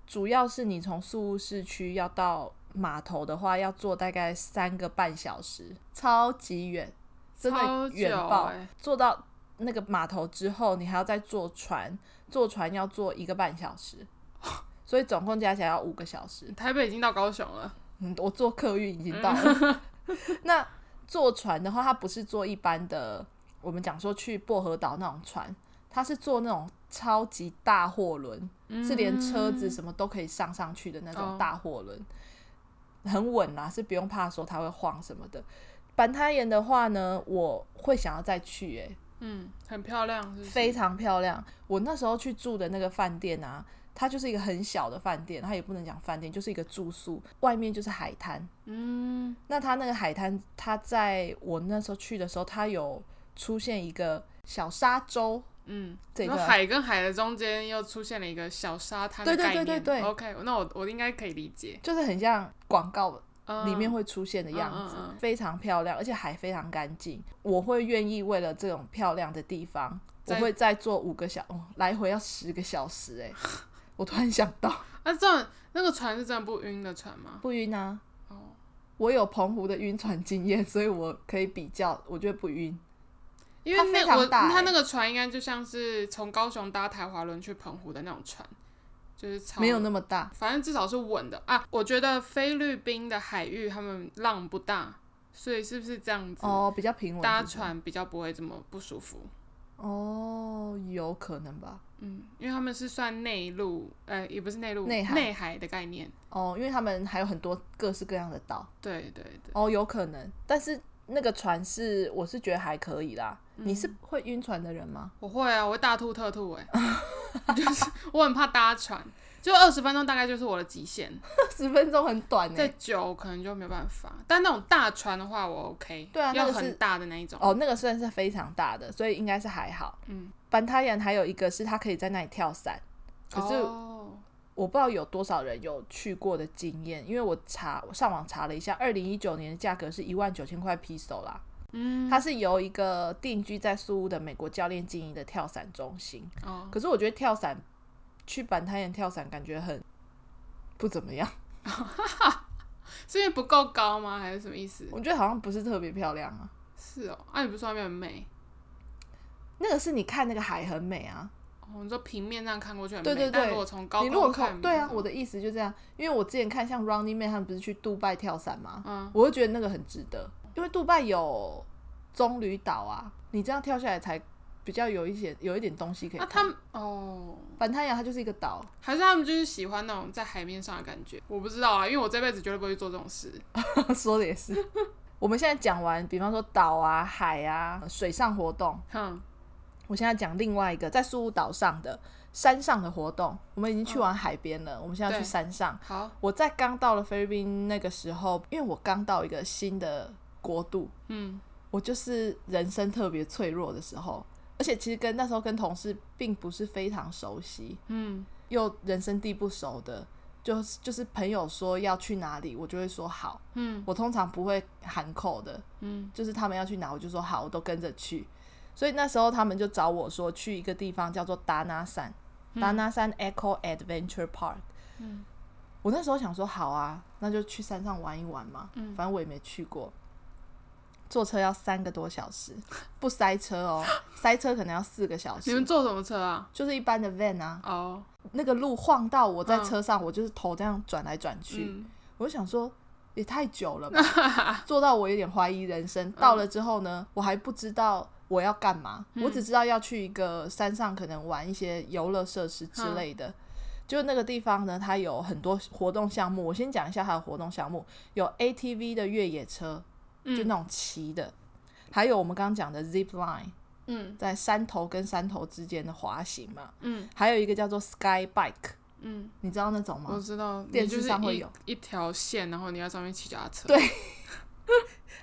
[SPEAKER 1] 主要是你从宿雾市区要到码头的话，要坐大概三个半小时，超级远，真
[SPEAKER 2] 超
[SPEAKER 1] 的
[SPEAKER 2] 久
[SPEAKER 1] 远爆。
[SPEAKER 2] 欸
[SPEAKER 1] 坐到那个码头之后，你还要再坐船，坐船要坐一个半小时，所以总共加起来要五个小时。
[SPEAKER 2] 台北已经到高雄了。
[SPEAKER 1] 嗯，我坐客运已经到了。那坐船的话，它不是坐一般的，我们讲说去薄荷岛那种船，它是坐那种超级大货轮，是连车子什么都可以上上去的那种
[SPEAKER 2] 哦
[SPEAKER 1] 大货轮，很稳啦，是不用怕说它会晃什么的。板滩岩的话呢，我会想要再去、欸，
[SPEAKER 2] 嗯，很漂亮，是不是
[SPEAKER 1] 非常漂亮。我那时候去住的那个饭店啊，它就是一个很小的饭店，它也不能讲饭店，就是一个住宿，外面就是海滩。
[SPEAKER 2] 嗯，
[SPEAKER 1] 那它那个海滩，它在我那时候去的时候，它有出现一个小沙洲，
[SPEAKER 2] 嗯，
[SPEAKER 1] 这
[SPEAKER 2] 然
[SPEAKER 1] 个
[SPEAKER 2] 后海跟海的中间又出现了一个小沙滩的
[SPEAKER 1] 对
[SPEAKER 2] 概
[SPEAKER 1] 对
[SPEAKER 2] 念。
[SPEAKER 1] 对对对
[SPEAKER 2] OK，那我我应该可以理解。
[SPEAKER 1] 就是很像广告
[SPEAKER 2] 嗯
[SPEAKER 1] 里面会出现的样子，
[SPEAKER 2] 嗯嗯嗯
[SPEAKER 1] 非常漂亮，而且海非常干净。我会愿意为了这种漂亮的地方我
[SPEAKER 2] 在
[SPEAKER 1] 会再坐五个小，哦、来回要十个小时哎、我突然想到，
[SPEAKER 2] 啊，这种那个船是真的 不晕的船吗？
[SPEAKER 1] 不晕啊，
[SPEAKER 2] 哦，
[SPEAKER 1] 我有澎湖的晕船经验，所以我可以比较，我觉得不晕。
[SPEAKER 2] 因
[SPEAKER 1] 它
[SPEAKER 2] 为
[SPEAKER 1] 非
[SPEAKER 2] 那
[SPEAKER 1] 常
[SPEAKER 2] 我
[SPEAKER 1] 大欸
[SPEAKER 2] 他那个船应该就像是从高雄搭台华轮去澎湖的那种船，就是超
[SPEAKER 1] 没有那么大，
[SPEAKER 2] 反正至少是稳的啊。我觉得菲律宾的海域他们浪不大，所以是不是这样子、
[SPEAKER 1] 哦，比较平稳。
[SPEAKER 2] 搭
[SPEAKER 1] 是不是
[SPEAKER 2] 船比较不会这么不舒服？
[SPEAKER 1] 哦，有可能吧。
[SPEAKER 2] 嗯，因为他们是算内陆，呃，也不是内陆，
[SPEAKER 1] 内海
[SPEAKER 2] 内海的概念。
[SPEAKER 1] 哦，因为他们还有很多各式各样的岛。
[SPEAKER 2] 对对对，
[SPEAKER 1] 哦，有可能，但是那个船是我是觉得还可以啦。
[SPEAKER 2] 嗯
[SPEAKER 1] 你是会晕船的人吗？
[SPEAKER 2] 我会啊，我会大吐特吐哎、欸，就是我很怕搭船，就二十分钟大概就是我的极限，
[SPEAKER 1] 十分钟很短欸呢、
[SPEAKER 2] 再久可能就没有办法。但那种大船的话，我 OK，
[SPEAKER 1] 对啊那
[SPEAKER 2] 要
[SPEAKER 1] 个是
[SPEAKER 2] 很大的那一种。
[SPEAKER 1] 哦，那个算是非常大的，所以应该是还好。
[SPEAKER 2] 嗯，
[SPEAKER 1] 班塔岩还有一个是它可以在那里跳伞，可是
[SPEAKER 2] 哦
[SPEAKER 1] 我不知道有多少人有去过的经验，因为我查我上网查了一下，二零一九年的价格是一万九千块 peso 啦。
[SPEAKER 2] 嗯，
[SPEAKER 1] 它是由一个定居在苏屋的美国教练经营的跳伞中心。
[SPEAKER 2] 哦，
[SPEAKER 1] 可是我觉得跳伞去板滩岩跳伞感觉很不怎么样，
[SPEAKER 2] 是因为不够高吗？还是什么意思？
[SPEAKER 1] 我觉得好像不是特别漂亮啊。
[SPEAKER 2] 是哦，啊，你不是说那边很美？
[SPEAKER 1] 那个是你看那个海很美啊，
[SPEAKER 2] 哦，你说平面上看过去很美，
[SPEAKER 1] 对对对
[SPEAKER 2] 但如果从高
[SPEAKER 1] 你如果
[SPEAKER 2] 空看，嗯
[SPEAKER 1] 对啊，我的意思就这样，因为我之前看像 Running Man 他们不是去杜拜跳伞吗？
[SPEAKER 2] 嗯，
[SPEAKER 1] 我就觉得那个很值得，因为杜拜有棕榈岛啊，你这样跳下来才比较有一些有一点东西可以
[SPEAKER 2] 啊，
[SPEAKER 1] 看。
[SPEAKER 2] 他们哦，
[SPEAKER 1] 板滩岩它就是一个岛，
[SPEAKER 2] 还是他们就是喜欢那种在海面上的感觉，我不知道啊，因为我这辈子绝对不会做这种事。
[SPEAKER 1] 说的也是。我们现在讲完，比方说岛啊、海啊、水上活动，
[SPEAKER 2] 哼，
[SPEAKER 1] 我现在讲另外一个在苏武岛上的山上的活动。我们已经去完海边了，我们现在要去
[SPEAKER 2] 对
[SPEAKER 1] 山上。
[SPEAKER 2] 好，
[SPEAKER 1] 我在刚到了菲律宾那个时候，因为我刚到一个新的国度，
[SPEAKER 2] 嗯，
[SPEAKER 1] 我就是人生特别脆弱的时候，而且其实跟那时候跟同事并不是非常熟悉，
[SPEAKER 2] 嗯，
[SPEAKER 1] 又人生地不熟的，就是就是朋友说要去哪里，我就会说好，
[SPEAKER 2] 嗯，
[SPEAKER 1] 我通常不会喊扣的，
[SPEAKER 2] 嗯，
[SPEAKER 1] 就是他们要去哪，我就说好，我都跟着去。所以那时候他们就找我说去一个地方叫做达纳山，达纳山 Echo Adventure Park。
[SPEAKER 2] 嗯，
[SPEAKER 1] 我那时候想说好啊，那就去山上玩一玩嘛，
[SPEAKER 2] 嗯
[SPEAKER 1] 反正我也没去过。坐车要三个多小时， 不塞车 哦，塞车可能要四个小
[SPEAKER 2] 你
[SPEAKER 1] 时
[SPEAKER 2] 们。坐什么车啊？
[SPEAKER 1] 就是一般的 van 啊，
[SPEAKER 2] 哦，
[SPEAKER 1] 那个路晃到我在
[SPEAKER 2] 嗯
[SPEAKER 1] 车上，我就是头这样转来转去，
[SPEAKER 2] 嗯，
[SPEAKER 1] 我就想说，也太久了吧，做到我有点怀疑人生。到了之后呢，我还不知道我要干嘛，我只知道要去一个山上，可能玩一些游乐设施之类的。就那个地方呢，它有很多活动项目。我先讲一下它的活动项目，有 ATV 的越野车，就那种骑的，还有我们刚刚讲的 zip line，
[SPEAKER 2] 嗯，
[SPEAKER 1] 在山头跟山头之间的滑行嘛。
[SPEAKER 2] 嗯，
[SPEAKER 1] 还有一个叫做 sky bike，
[SPEAKER 2] 嗯，
[SPEAKER 1] 你知道那种吗？
[SPEAKER 2] 我知道，
[SPEAKER 1] 电
[SPEAKER 2] 你就
[SPEAKER 1] 视
[SPEAKER 2] 是
[SPEAKER 1] 上会
[SPEAKER 2] 一
[SPEAKER 1] 有
[SPEAKER 2] 一条线，然后你要上面骑脚踏车。
[SPEAKER 1] 对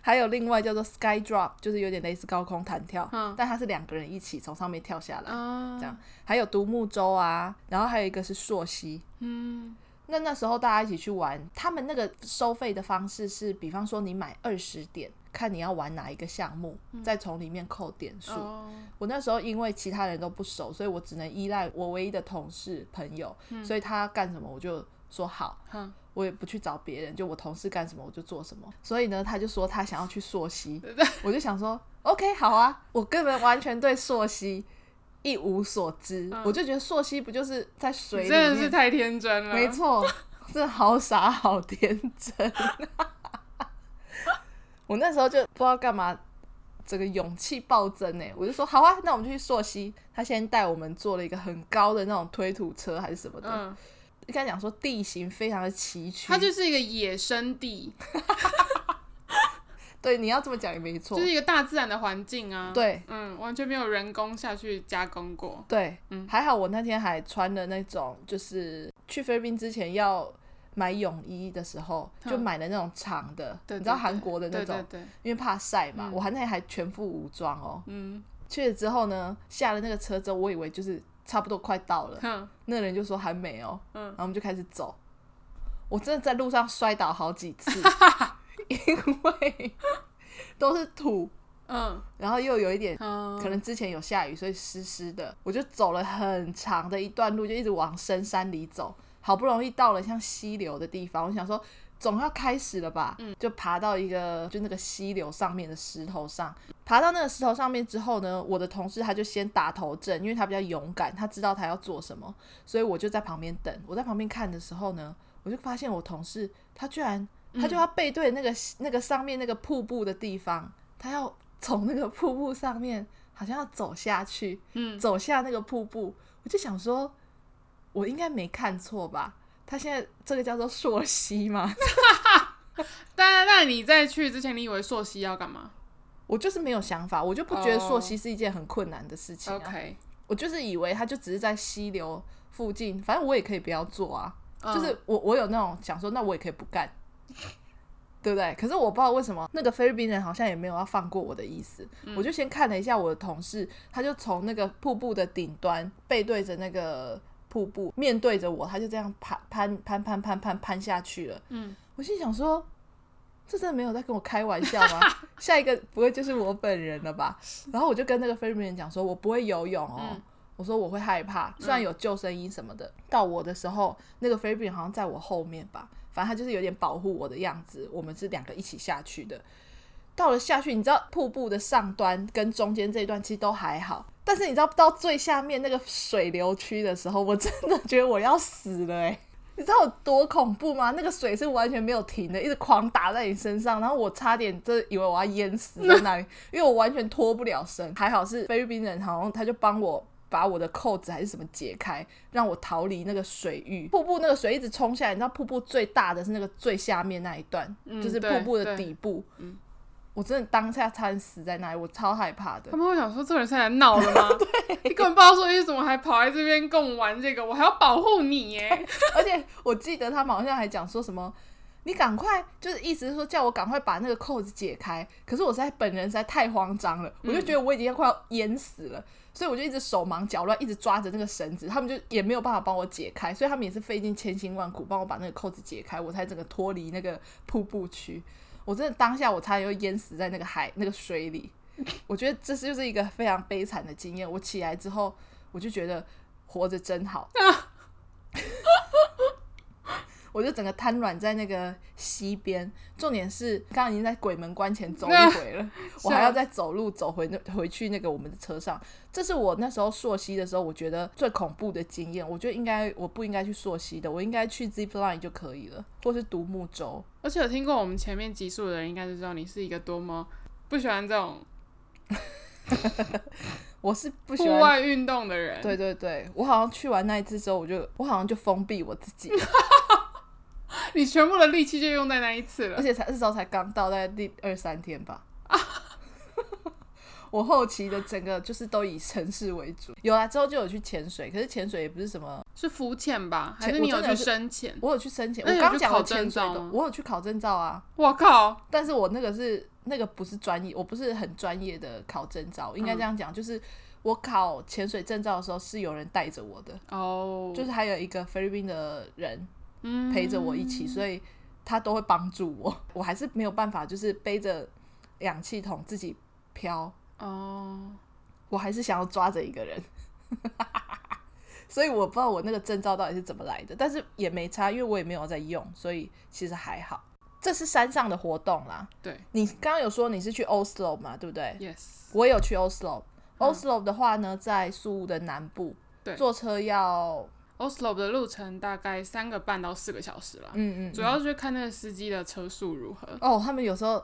[SPEAKER 1] 还有另外叫做 sky drop，就是有点类似高空弹跳，
[SPEAKER 2] 嗯
[SPEAKER 1] 但它是两个人一起从上面跳下来。
[SPEAKER 2] 啊，
[SPEAKER 1] 这样还有独木舟啊，然后还有一个是溯溪。
[SPEAKER 2] 嗯，
[SPEAKER 1] 那那时候大家一起去玩，他们那个收费的方式是，比方说你买二十点，看你要玩哪一个项目，再从里面扣点数。
[SPEAKER 2] 嗯哦，
[SPEAKER 1] 我那时候因为其他人都不熟，所以我只能依赖我唯一的同事朋友，
[SPEAKER 2] 嗯
[SPEAKER 1] 所以他干什么我就说好，
[SPEAKER 2] 哼，
[SPEAKER 1] 我也不去找别人，就我同事干什么我就做什么。所以呢，他就说他想要去溯溪，我就想说 OK 好啊，我根本完全对溯溪一无所知，我就觉得溯溪不就是在水
[SPEAKER 2] 嗯你
[SPEAKER 1] 里
[SPEAKER 2] 真的是
[SPEAKER 1] 面？
[SPEAKER 2] 太天真了。
[SPEAKER 1] 没错，真的好傻好天真。 我那时候就不知道干嘛，整个勇气暴增呢。我就说好啊，那我们就去溯溪。他先带我们坐了一个很高的那种推土车还是什么的，
[SPEAKER 2] 嗯，
[SPEAKER 1] 应该讲说地形非常的崎岖，
[SPEAKER 2] 它就是一个野生地，
[SPEAKER 1] 对，你要这么讲也没错
[SPEAKER 2] 就。是一个大自然的环境啊。，
[SPEAKER 1] 对
[SPEAKER 2] 嗯，完全没有人工下去加工过。
[SPEAKER 1] 对，
[SPEAKER 2] 嗯
[SPEAKER 1] 还好我那天还穿了那种，就是去菲律宾之前要买泳衣的时候，
[SPEAKER 2] 嗯
[SPEAKER 1] 就买了那种长的，
[SPEAKER 2] 对，
[SPEAKER 1] 你知道
[SPEAKER 2] 对
[SPEAKER 1] 韩国的那
[SPEAKER 2] 对
[SPEAKER 1] 种，
[SPEAKER 2] 对对，
[SPEAKER 1] 因为怕晒嘛，
[SPEAKER 2] 嗯
[SPEAKER 1] 我还那天还全副武装哦。
[SPEAKER 2] 嗯，
[SPEAKER 1] 去了之后呢，下了那个车之后，我以为就是差不多快到了，
[SPEAKER 2] 哼，
[SPEAKER 1] 那人就说还没哦，
[SPEAKER 2] 嗯
[SPEAKER 1] 然后我们就开始走。我真的在 路上摔倒好几次，因为都是土，
[SPEAKER 2] 嗯
[SPEAKER 1] 然后又有一点
[SPEAKER 2] 嗯，
[SPEAKER 1] 可能之前有下雨，所以湿湿的，我就走了很长的一段路，就一直往深山里走。好不容易到了像溪流的地方，我想说总要开始了吧，就爬到一个就那个溪流上面的石头上。爬到那个石头上面之后呢，我的同事他就先打头阵，因为他比较勇敢，他知道他要做什么，所以我就在旁边等。我在旁边看的时候呢，我就发现我同事他居然他就要背对那个、那个上面那个瀑布的地方，他要从那个瀑布上面好像要走下去，
[SPEAKER 2] 嗯
[SPEAKER 1] 走下那个瀑布，我就想说，我应该没看错吧？他现在这个叫做溯溪吗？
[SPEAKER 2] 但那你在去之前，你以为溯溪要干嘛
[SPEAKER 1] 我就是没有想法，我就不觉得溯溪是一件很困难的事情、啊。
[SPEAKER 2] ？OK，
[SPEAKER 1] 我就是以为他就只是在溪流附近，反正我也可以不要做啊。
[SPEAKER 2] 嗯
[SPEAKER 1] 就是我我有那种想说，那我也可以不干，对不对？可是我不知道为什么那个菲律宾人好像也没有要放过我的意思。我就先看了一下我的同事，他就从那个瀑布的顶端背对着那个瀑布，面对着我，他就这样攀攀攀攀攀攀攀下去了。
[SPEAKER 2] 嗯，
[SPEAKER 1] 我心想说，这真的没有在跟我开玩笑吗？下一个不会就是我本人了吧？然后我就跟那个菲律宾人讲说，我不会游泳哦。
[SPEAKER 2] 嗯
[SPEAKER 1] 我说我会害怕，虽然有救生衣什么的。到我的时候，那个菲律宾人好像在我后面吧，反正他就是有点保护我的样子。我们是两个一起下去的。到了下去，你知道瀑布的上端跟中间这一段其实都还好，但是你知道到最下面那个水流区的时候，我真的觉得我要死了哎、欸你知道有多恐怖吗？那个水是完全没有停的，一直狂打在你身上，然后我差点真的以为我要淹死在那里，因为我完全脱不了身。还好是菲律宾人，好像他就帮我把我的扣子还是什么解开，让我逃离那个水域。瀑布那个水一直冲下来，你知道瀑布最大的是那个最下面那一段，
[SPEAKER 2] 嗯
[SPEAKER 1] 就是
[SPEAKER 2] 对
[SPEAKER 1] 瀑布的
[SPEAKER 2] 对
[SPEAKER 1] 底部。我真的当下差点死在那里，我超害怕的
[SPEAKER 2] 他。们会想说这个人是来闹的 吗？你根本不知道说哎你怎么还跑来这边跟我玩这个，我还要保护 你耶！
[SPEAKER 1] 而且我记得他们好像还讲说什么，你赶快，就是意思是说叫我赶快把那个扣子解开。可是我实在本人实在太慌张了，我就
[SPEAKER 2] 嗯
[SPEAKER 1] 觉得我已经要快要淹死了，所以我就一直手忙脚乱，一直抓着那个绳子，他们就也没有办法帮我解开，所以他们也是费尽千辛万苦帮我把那个扣子解开，我才整个脱离那个瀑布区。我真的当下我差点又淹死在那个海那个水里，我觉得这是就是一个非常悲惨的经验。我起来之后，我就觉得活着真好，我就整个瘫软在那个溪边。重点是，刚刚已经在鬼门关前走一回了，我
[SPEAKER 2] 啊
[SPEAKER 1] 还要再走路走回那回去那个我们的车上。这是我那时候溯溪的时候，我觉得最恐怖的经验。我觉得应该我不应该去溯溪的，我应该去 zip line 就可以了，或是独木舟。
[SPEAKER 2] 而且有听过我们前面集数的人，应该就知道你是一个多么不喜欢这种
[SPEAKER 1] 我是不喜
[SPEAKER 2] 户
[SPEAKER 1] 欢
[SPEAKER 2] 外运动的人。
[SPEAKER 1] 对对对，我好像去完那一次之后，我就我好像就封闭我自己了，
[SPEAKER 2] 你全部的力气就用在那一次了
[SPEAKER 1] 而。且才那时候才刚到，大概第二三天吧。 我后期的整个就是都以城市为主，有啊，之后就有去潜水，可是潜水也不是什么，
[SPEAKER 2] 是浮潜吧？还
[SPEAKER 1] 潜
[SPEAKER 2] 是你
[SPEAKER 1] 我
[SPEAKER 2] 有
[SPEAKER 1] 真
[SPEAKER 2] 去
[SPEAKER 1] 的是
[SPEAKER 2] 深潜？
[SPEAKER 1] 我有去申请，
[SPEAKER 2] 那
[SPEAKER 1] 我
[SPEAKER 2] 你有
[SPEAKER 1] 刚
[SPEAKER 2] 去
[SPEAKER 1] 讲
[SPEAKER 2] 考
[SPEAKER 1] 的潜
[SPEAKER 2] 证
[SPEAKER 1] 水
[SPEAKER 2] 照
[SPEAKER 1] 的
[SPEAKER 2] 吗，
[SPEAKER 1] 我有去考证照啊，
[SPEAKER 2] 我靠！
[SPEAKER 1] 但是我那个是那个不是专业，我不是很专业的考证照，应该这样讲，就是我考潜水证照的时候是有人带着我的，
[SPEAKER 2] 哦，
[SPEAKER 1] 就是还有一个菲律宾的人，
[SPEAKER 2] 嗯
[SPEAKER 1] 陪着我一起，所以他都会帮助我。我还是没有办法，就是背着氧气筒自己飘，
[SPEAKER 2] 哦，
[SPEAKER 1] 我还是想要抓着一个人。 所以我不知道我那个证照到底是怎么来的，但是也没差，因为我也没有在用，所以其实还好。这是山上的活动啦。
[SPEAKER 2] 对
[SPEAKER 1] 你刚刚有说你是去 Oslo 嘛，对不对？
[SPEAKER 2] ，yes，嗯
[SPEAKER 1] 我有去 Oslo。Oslo 的话呢，在苏屋的南部，
[SPEAKER 2] 对
[SPEAKER 1] 坐车要
[SPEAKER 2] Oslo 的路程大概三个半到四个小时啦，
[SPEAKER 1] 嗯嗯
[SPEAKER 2] 主要就是看那个司机的车速如何，
[SPEAKER 1] 哦，他们有时候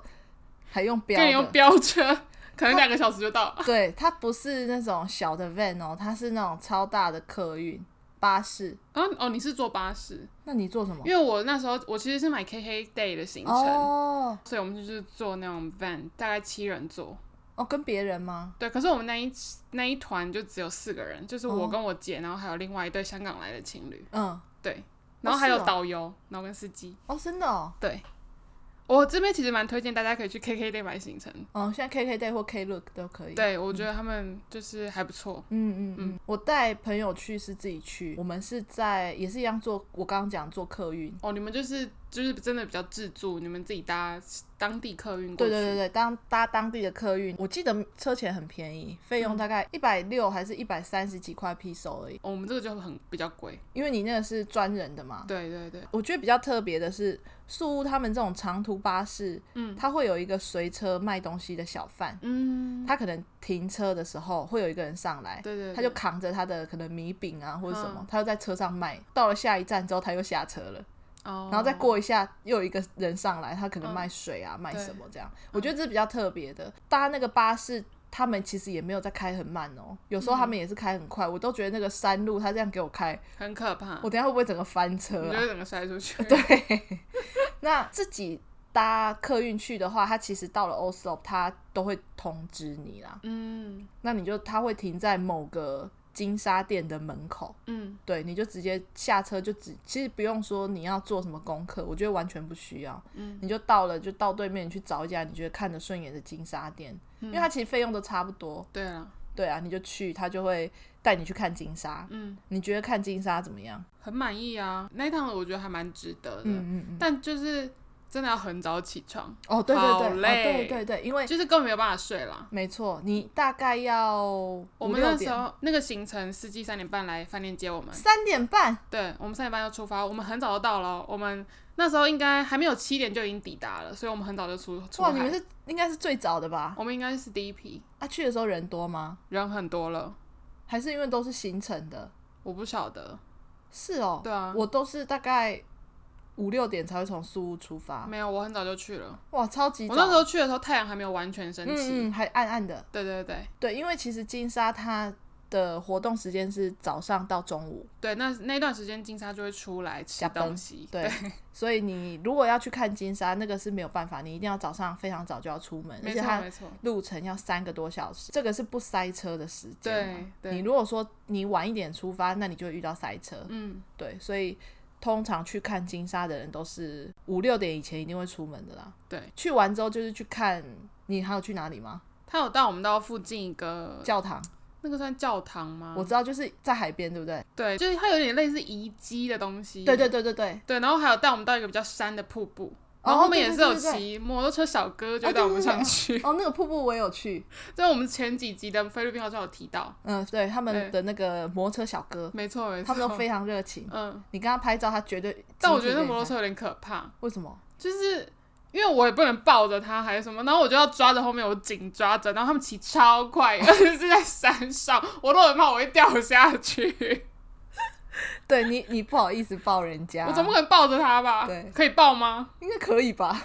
[SPEAKER 1] 还用标
[SPEAKER 2] 跟
[SPEAKER 1] 的，
[SPEAKER 2] 你用飙车， 可能两个小时就到。
[SPEAKER 1] 对，它不是那种小的 van 哦，它是那种超大的客运巴士。
[SPEAKER 2] 啊哦，你是坐巴士，
[SPEAKER 1] 那你做什么
[SPEAKER 2] 因？为我那时候我其实是买 KK Day 的行程，
[SPEAKER 1] 哦
[SPEAKER 2] 所以我们就是坐那种 van，大概七人座。
[SPEAKER 1] 哦，跟别人吗？
[SPEAKER 2] 对，可是我们那一那一团就只有四个人，就是
[SPEAKER 1] 哦
[SPEAKER 2] 我跟我姐，然后还有另外一对香港来的情侣，
[SPEAKER 1] 嗯，
[SPEAKER 2] 对，然后还有
[SPEAKER 1] 是哦
[SPEAKER 2] 导游，然后跟司机。
[SPEAKER 1] 哦，真的哦，
[SPEAKER 2] 对，我这边其实蛮推荐大家可以去 KK Day 买行程，
[SPEAKER 1] 哦，现在 KK Day 或 Klook 都可以。，
[SPEAKER 2] 对我觉得他们就是还不错。
[SPEAKER 1] 嗯嗯嗯，我带朋友去是自己去，我们是在也是一样坐，我刚刚讲坐客运，
[SPEAKER 2] 哦，你们就是就是真的比较自助，你们自己搭当地客运
[SPEAKER 1] 对
[SPEAKER 2] 过去。
[SPEAKER 1] 对对
[SPEAKER 2] 对，
[SPEAKER 1] 对，当搭当地的客运，我记得车钱很便宜，费
[SPEAKER 2] 嗯
[SPEAKER 1] 用大概一百六还是一百三十几块 p 手而已，
[SPEAKER 2] 哦我们这个就很比较贵。
[SPEAKER 1] 因为你那个是专人的嘛。
[SPEAKER 2] 对对对，
[SPEAKER 1] 我觉得比较特别的是，宿屋他们这种长途巴士，
[SPEAKER 2] 嗯
[SPEAKER 1] 它会有一个随车卖东西的小贩，
[SPEAKER 2] 嗯，
[SPEAKER 1] 他可能停车的时候会有一个人上来，
[SPEAKER 2] 对对对，
[SPEAKER 1] 他就扛着他的可能米饼啊或者什么，
[SPEAKER 2] 嗯
[SPEAKER 1] 他又在车上卖。到了下一站之后，他又下车了，
[SPEAKER 2] 哦，
[SPEAKER 1] 然后再过一下又有一个人上来，他可能
[SPEAKER 2] 嗯
[SPEAKER 1] 卖水啊、卖
[SPEAKER 2] 对嗯
[SPEAKER 1] 什么这样。我觉得这是比较特别的。搭那个巴士，他们其实也没有在开很慢哦，有时
[SPEAKER 2] 嗯
[SPEAKER 1] 候他们也是开很快，我都觉得那个山路他这样给我开，
[SPEAKER 2] 很可怕，
[SPEAKER 1] 我等一下会不会整个翻车
[SPEAKER 2] 你
[SPEAKER 1] 啊
[SPEAKER 2] 就？会整个摔出去。
[SPEAKER 1] 对，那自己搭客运去的话，它其实到了 Oslo，它都会通知你啦。
[SPEAKER 2] 嗯
[SPEAKER 1] 那你就它会停在某个金沙店的门口，
[SPEAKER 2] 嗯，
[SPEAKER 1] 对，你就直接下车就只，其实不用说你要做什么功课，我觉得完全不需要。
[SPEAKER 2] 嗯，
[SPEAKER 1] 你就到了就到对面，你去找一家你觉得看着顺眼的金沙店，
[SPEAKER 2] 嗯
[SPEAKER 1] 因为它其实费用都差不多。
[SPEAKER 2] 对了，
[SPEAKER 1] 对啊，你就去，他就会带你去看金沙。
[SPEAKER 2] 嗯，
[SPEAKER 1] 你觉得看金沙怎么样？
[SPEAKER 2] 很满意啊，那一趟我觉得还蛮值得的，
[SPEAKER 1] 嗯嗯嗯。
[SPEAKER 2] 但就是真的要很早起床，
[SPEAKER 1] 哦，对对
[SPEAKER 2] 好
[SPEAKER 1] 对，哦对
[SPEAKER 2] 累
[SPEAKER 1] 对对，因为
[SPEAKER 2] 就是根本没有办法睡啦。
[SPEAKER 1] 没错，你大概要
[SPEAKER 2] 我
[SPEAKER 1] 五
[SPEAKER 2] 们
[SPEAKER 1] 六
[SPEAKER 2] 那时
[SPEAKER 1] 点，
[SPEAKER 2] 候那个行程，司机三点半来饭店接我们，
[SPEAKER 1] 三点半，
[SPEAKER 2] 对我们三点半要出发，我们很早就到了哦，我们那时候应该还没有七点就已经抵达了，所以我们很早就出出
[SPEAKER 1] 哇，你们
[SPEAKER 2] 海，
[SPEAKER 1] 是应该是最早的吧？
[SPEAKER 2] 我们应该是第一批，
[SPEAKER 1] 啊，去的时候人多吗？
[SPEAKER 2] 人很多了，
[SPEAKER 1] 还是因为都是行程的？
[SPEAKER 2] 我不晓得，
[SPEAKER 1] 是哦，
[SPEAKER 2] 对啊，
[SPEAKER 1] 我都是大概五六点才会从苏屋出发，
[SPEAKER 2] 没有，我很早就去了，
[SPEAKER 1] 哇，超级啊早。
[SPEAKER 2] 我那时候去的时候太阳还没有完全升起，
[SPEAKER 1] 嗯嗯，还暗暗的，
[SPEAKER 2] 对对对
[SPEAKER 1] 对，因为其实金沙它的活动时间是早上到中午，
[SPEAKER 2] 对，那那段时间金沙就会出来吃
[SPEAKER 1] 加班
[SPEAKER 2] 东西，
[SPEAKER 1] 对，所以你如果要去看金沙，那个是没有办法，你一定要早上非常早就要出门，而
[SPEAKER 2] 没
[SPEAKER 1] 且
[SPEAKER 2] 错
[SPEAKER 1] 它
[SPEAKER 2] 没错，
[SPEAKER 1] 路程要三个多小时，这个是不塞车的时间嘛。
[SPEAKER 2] 对
[SPEAKER 1] 你
[SPEAKER 2] 对，
[SPEAKER 1] 如果说你晚一点出发，那你就会遇到塞车。
[SPEAKER 2] 嗯，
[SPEAKER 1] 对，所以通常去看金沙的人都是五六点以前一定会出门的啦。
[SPEAKER 2] 对，
[SPEAKER 1] 去完之后就是去看，你还有去哪里吗？
[SPEAKER 2] 他有带我们到附近一个
[SPEAKER 1] 教堂，
[SPEAKER 2] 那个算教堂吗？
[SPEAKER 1] 我知道就是在海边，对不对？
[SPEAKER 2] 对，就是它有点类似遗迹的东西。
[SPEAKER 1] 对对对对 对。
[SPEAKER 2] 对，然后还有带我们到一个比较山的瀑布，然
[SPEAKER 1] 哦，
[SPEAKER 2] 后后面也
[SPEAKER 1] 对
[SPEAKER 2] 是有。
[SPEAKER 1] 对对对
[SPEAKER 2] 骑摩托车小哥就
[SPEAKER 1] 啊
[SPEAKER 2] 带我
[SPEAKER 1] 对对对
[SPEAKER 2] 们上 去。
[SPEAKER 1] 对哦，那个瀑布我有去，
[SPEAKER 2] 这我们前几集的菲律宾好像有提到，
[SPEAKER 1] 嗯，对他们
[SPEAKER 2] 对
[SPEAKER 1] 的那个摩托车小哥，
[SPEAKER 2] 没错没错，
[SPEAKER 1] 他们都非常热情。
[SPEAKER 2] 嗯，
[SPEAKER 1] 你跟他拍照，他绝对。
[SPEAKER 2] 但我觉得那
[SPEAKER 1] 集体给你
[SPEAKER 2] 摩托
[SPEAKER 1] 拍
[SPEAKER 2] 车有点可怕，
[SPEAKER 1] 为什么？
[SPEAKER 2] 就是。因为我也不能抱着它还是什么，然后我就要抓着后面，我紧抓着，然后他们骑超快， 而且是在山上，我都很怕我会掉下去，
[SPEAKER 1] 对你，你不好意思抱人家，
[SPEAKER 2] 我总不可能抱着它吧？
[SPEAKER 1] 啊对
[SPEAKER 2] 可以抱吗？
[SPEAKER 1] 应该可以 吧？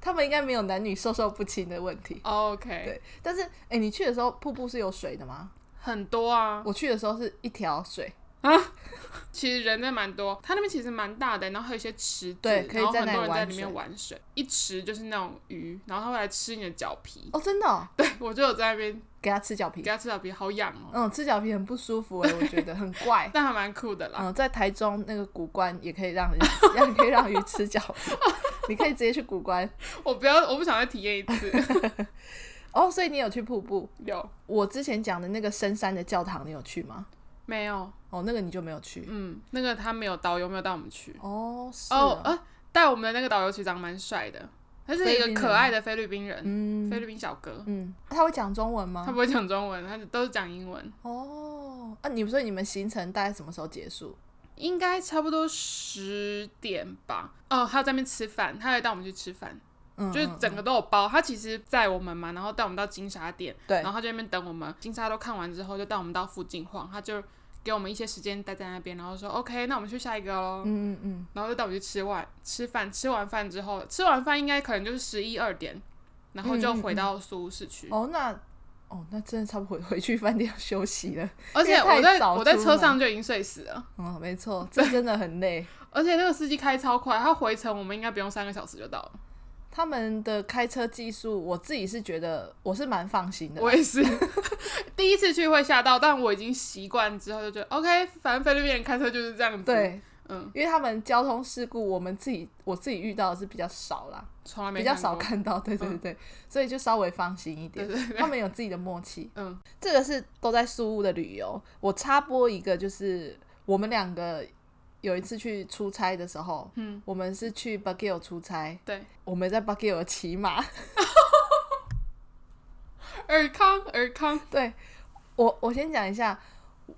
[SPEAKER 1] 他们应该没有男女授受不亲的问题。
[SPEAKER 2] 哦 OK，
[SPEAKER 1] 对，但是哎、诶你去的时候瀑布是有水的吗？
[SPEAKER 2] 很多啊，
[SPEAKER 1] 我去的时候是一条水，
[SPEAKER 2] 其实人真的蛮多，它那边其实蛮大的，然后还有一些池子，
[SPEAKER 1] 对可以
[SPEAKER 2] 然后
[SPEAKER 1] 在
[SPEAKER 2] 很
[SPEAKER 1] 那里
[SPEAKER 2] 多人在
[SPEAKER 1] 玩
[SPEAKER 2] 里面
[SPEAKER 1] 水
[SPEAKER 2] 玩水，一池就是那种鱼，然后它会来吃你的脚 皮，
[SPEAKER 1] 哦，真的哦、
[SPEAKER 2] 对我就有在那边
[SPEAKER 1] 给它吃脚皮
[SPEAKER 2] 给，它吃脚皮，好痒哦、
[SPEAKER 1] 嗯，吃脚皮很不舒服哎、我觉得很 怪。
[SPEAKER 2] 但还蛮酷的啦。
[SPEAKER 1] 嗯，在台中那个古关也可以让人， 让可以让鱼吃脚皮，你可以直接去古关。
[SPEAKER 2] 我不要，我不想再体验一次。
[SPEAKER 1] 哦，所以你有去瀑布？
[SPEAKER 2] 有
[SPEAKER 1] 我之前讲的那个深山的教堂，你有去吗？
[SPEAKER 2] 没有？
[SPEAKER 1] 哦，那个你就没有去。
[SPEAKER 2] 嗯，那个他没有导游没有带我们去。
[SPEAKER 1] 哦，是
[SPEAKER 2] 哦
[SPEAKER 1] 哦，
[SPEAKER 2] 呃，带我们的那个导游其实长蛮帅的，他是
[SPEAKER 1] 菲
[SPEAKER 2] 一
[SPEAKER 1] 律宾
[SPEAKER 2] 个可
[SPEAKER 1] 人
[SPEAKER 2] 爱的菲律宾人，
[SPEAKER 1] 嗯
[SPEAKER 2] 菲律宾小哥，
[SPEAKER 1] 嗯，他会讲中文
[SPEAKER 2] 他
[SPEAKER 1] 吗？
[SPEAKER 2] 不会讲中文，他都是讲英文。
[SPEAKER 1] 哦，啊，你所以你们行程大概什么时候结束？
[SPEAKER 2] 应该差不多十点吧。哦，他有在那边吃饭，他还带我们去吃饭，
[SPEAKER 1] 嗯，
[SPEAKER 2] 就是
[SPEAKER 1] 嗯
[SPEAKER 2] 整个都有包。他其实载我们嘛，然后带我们到金沙店，
[SPEAKER 1] 对
[SPEAKER 2] 然后他就在那边等我们。金沙都看完之后，就带我们到附近晃，他就给我们一些时间待在那边，然后说 OK，那我们去下一个喽。
[SPEAKER 1] 嗯嗯嗯，
[SPEAKER 2] 然后就带我们去吃晚吃饭，吃完饭之后，吃完饭应该可能就是十一二点，然后就
[SPEAKER 1] 嗯嗯嗯
[SPEAKER 2] 回到苏市区。
[SPEAKER 1] 哦，那哦，那真的差不多回回去饭店要休息了。
[SPEAKER 2] 而且
[SPEAKER 1] 因为太
[SPEAKER 2] 我在
[SPEAKER 1] 早
[SPEAKER 2] 我在
[SPEAKER 1] 出
[SPEAKER 2] 车
[SPEAKER 1] 门
[SPEAKER 2] 上就已经睡死了，
[SPEAKER 1] 嗯，没错，这真的很累。
[SPEAKER 2] 而且那个司机开超快，他回程我们应该不用三个小时就到了。
[SPEAKER 1] 他们的开车技术，我自己是觉得我是蛮放心的啦。
[SPEAKER 2] 我也是， 第一次去会吓到，但我已经习惯之后就觉得 OK，反正菲律宾人开车就是这样子。，
[SPEAKER 1] 对，
[SPEAKER 2] 嗯，
[SPEAKER 1] 因为他们交通事故，我们自己我自己遇到的是比较少啦，
[SPEAKER 2] 从来没
[SPEAKER 1] 比较少
[SPEAKER 2] 看嗯
[SPEAKER 1] 看到。对对对对，所以就稍微放心一
[SPEAKER 2] 过。对
[SPEAKER 1] 点。
[SPEAKER 2] 对对，
[SPEAKER 1] 他们有自己的默契。
[SPEAKER 2] 嗯，
[SPEAKER 1] 这个是都在宿务的旅游。我插播一个，就是我们两个有一次去出差的时候，
[SPEAKER 2] 嗯，
[SPEAKER 1] 我们是去 b a g u i l 出差，
[SPEAKER 2] 对，
[SPEAKER 1] 我们在 b a g u i l 骑马。
[SPEAKER 2] 尔康尔康，
[SPEAKER 1] 对我，我先讲一下，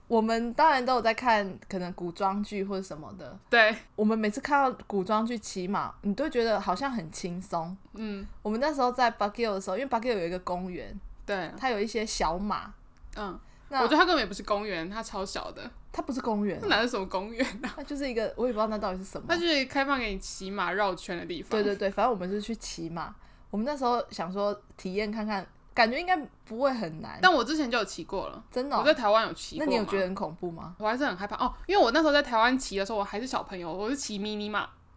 [SPEAKER 1] 我们当然都有在看可能古装剧或者什么的。
[SPEAKER 2] 对，
[SPEAKER 1] 我们每次看到古装剧骑马，你都会觉得好像很轻松。
[SPEAKER 2] 嗯，
[SPEAKER 1] 我们那时候在 b a g u i l 的时候，因为 b a g u i l 有一个公园，
[SPEAKER 2] 对，啊
[SPEAKER 1] 它有一些小马，
[SPEAKER 2] 嗯，我
[SPEAKER 1] 那
[SPEAKER 2] 觉得它根本也不是公园，它超小的，
[SPEAKER 1] 它不是公园
[SPEAKER 2] 那，哪是什么公园啊？
[SPEAKER 1] 它就是一个我也不知道那到底是什么
[SPEAKER 2] 它。就是开放给你骑马绕圈的地方。
[SPEAKER 1] 对对对，反正我们是去骑马。我们那时候想说体验看看，感觉应该不会很难。
[SPEAKER 2] 但我之前就有骑过了，
[SPEAKER 1] 真的哦、
[SPEAKER 2] 我在台湾有骑
[SPEAKER 1] 那
[SPEAKER 2] 过。
[SPEAKER 1] 你有觉得？很恐怖吗？
[SPEAKER 2] 我还是很害怕哦，因为我那时候在台湾骑的时候，我还是小朋友，我是骑迷你马。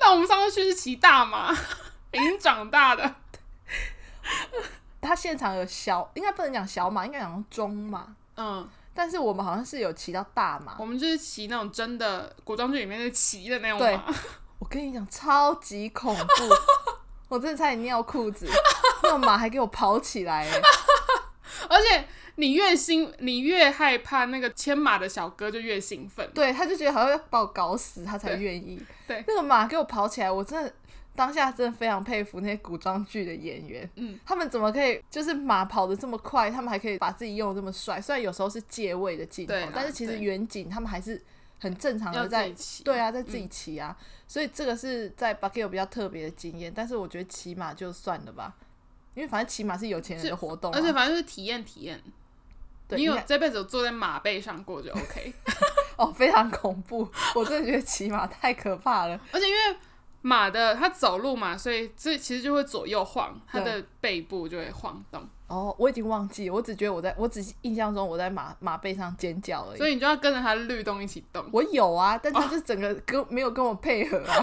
[SPEAKER 2] 那我们上次去是骑大马，已经长大的。
[SPEAKER 1] 他现场有小，应该不能讲小马，应该讲中马。
[SPEAKER 2] 嗯，
[SPEAKER 1] 但是我们好像是有骑到大马，
[SPEAKER 2] 我们就是骑那种真的古装剧里面的骑的那种
[SPEAKER 1] 对
[SPEAKER 2] 马，
[SPEAKER 1] 我跟你讲超级恐怖，我真的差点尿裤子，那马还给我跑起来 欸，
[SPEAKER 2] 而且你越兴，你越害怕那个牵马的小哥就越兴奋。
[SPEAKER 1] 对，他就觉得好像要把我搞死，他才愿意。
[SPEAKER 2] 对对
[SPEAKER 1] 那个马给我跑起来，我真的当下真的非常佩服那些古装剧的演员，
[SPEAKER 2] 嗯，
[SPEAKER 1] 他们怎么可以就是马跑得这么快，他们还可以把自己用得这么帅？虽然有时候是借位的镜头
[SPEAKER 2] 对啊，
[SPEAKER 1] 但是其实
[SPEAKER 2] 对
[SPEAKER 1] 远景他们还是很正常
[SPEAKER 2] 要
[SPEAKER 1] 的
[SPEAKER 2] 自
[SPEAKER 1] 在
[SPEAKER 2] 己骑，嗯
[SPEAKER 1] 对啊，在自己骑啊，所以这个是在 b u c k e t 比较特别的经验，但是我觉得骑马就算了吧，因为反正骑马是有钱人的活动、啊，
[SPEAKER 2] 而且反正就是体验体验。
[SPEAKER 1] 对
[SPEAKER 2] 你有
[SPEAKER 1] 应该
[SPEAKER 2] 这辈子有坐在马背上过就 OK，
[SPEAKER 1] 哦非常恐怖，我真的觉得骑马太可怕了，
[SPEAKER 2] 而且因为马的它走路嘛，所以这其实就会左右晃，它的背部就会晃动，
[SPEAKER 1] 哦，我已经忘记了，我只觉得我在我只印象中我在马马背上尖叫而已，
[SPEAKER 2] 所以你就哦要跟着它的律动一起动，
[SPEAKER 1] 我有啊，但他就整个跟、没有跟我配合 啊，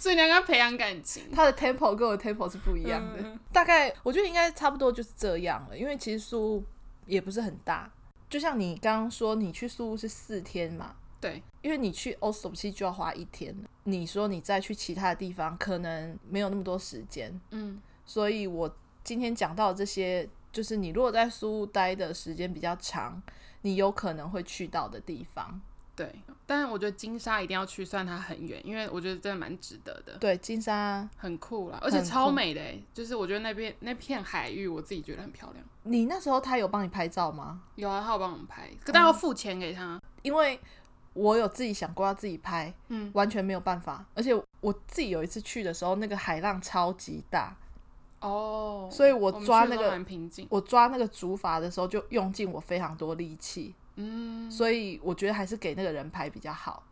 [SPEAKER 2] 所以你要跟它培养感情。
[SPEAKER 1] 他的 tempo 跟我的 tempo 是不一样的，
[SPEAKER 2] 嗯
[SPEAKER 1] 大概我觉得应该差不多就是这样了，因为其实苏屋也不是很大，就像你刚刚说你去苏屋是四天嘛，
[SPEAKER 2] 对，
[SPEAKER 1] 因为你去 o s t o 其实就要花一天了，你说你再去其他的地方可能没有那么多时间，
[SPEAKER 2] 嗯，
[SPEAKER 1] 所以我今天讲到的这些，就是你如果在苏屋待的时间比较长，你有可能会去到的地方。
[SPEAKER 2] 对。但是我觉得金沙一定要去，虽然它很远，因为我觉得真的蛮值得的，
[SPEAKER 1] 对，金沙，
[SPEAKER 2] 很酷啦，而且
[SPEAKER 1] 很酷
[SPEAKER 2] 超美的欸、就是我觉得那边那片海域我自己觉得很漂亮。
[SPEAKER 1] 你那时候他有帮你拍照吗？
[SPEAKER 2] 有啊，他有帮我们拍，
[SPEAKER 1] 嗯
[SPEAKER 2] 可但要付钱给他。
[SPEAKER 1] 因为我有自己想过要自己拍，
[SPEAKER 2] 嗯，
[SPEAKER 1] 完全没有办法。而且我自己有一次去的时候，那个海浪超级大，
[SPEAKER 2] 哦，
[SPEAKER 1] 所以我
[SPEAKER 2] 们
[SPEAKER 1] 抓
[SPEAKER 2] 去的
[SPEAKER 1] 那
[SPEAKER 2] 都
[SPEAKER 1] 个
[SPEAKER 2] 蛮平静。
[SPEAKER 1] 我抓那个竹筏的时候就用尽我非常多力气，
[SPEAKER 2] 嗯，
[SPEAKER 1] 所以我觉得还是给那个人拍比较好。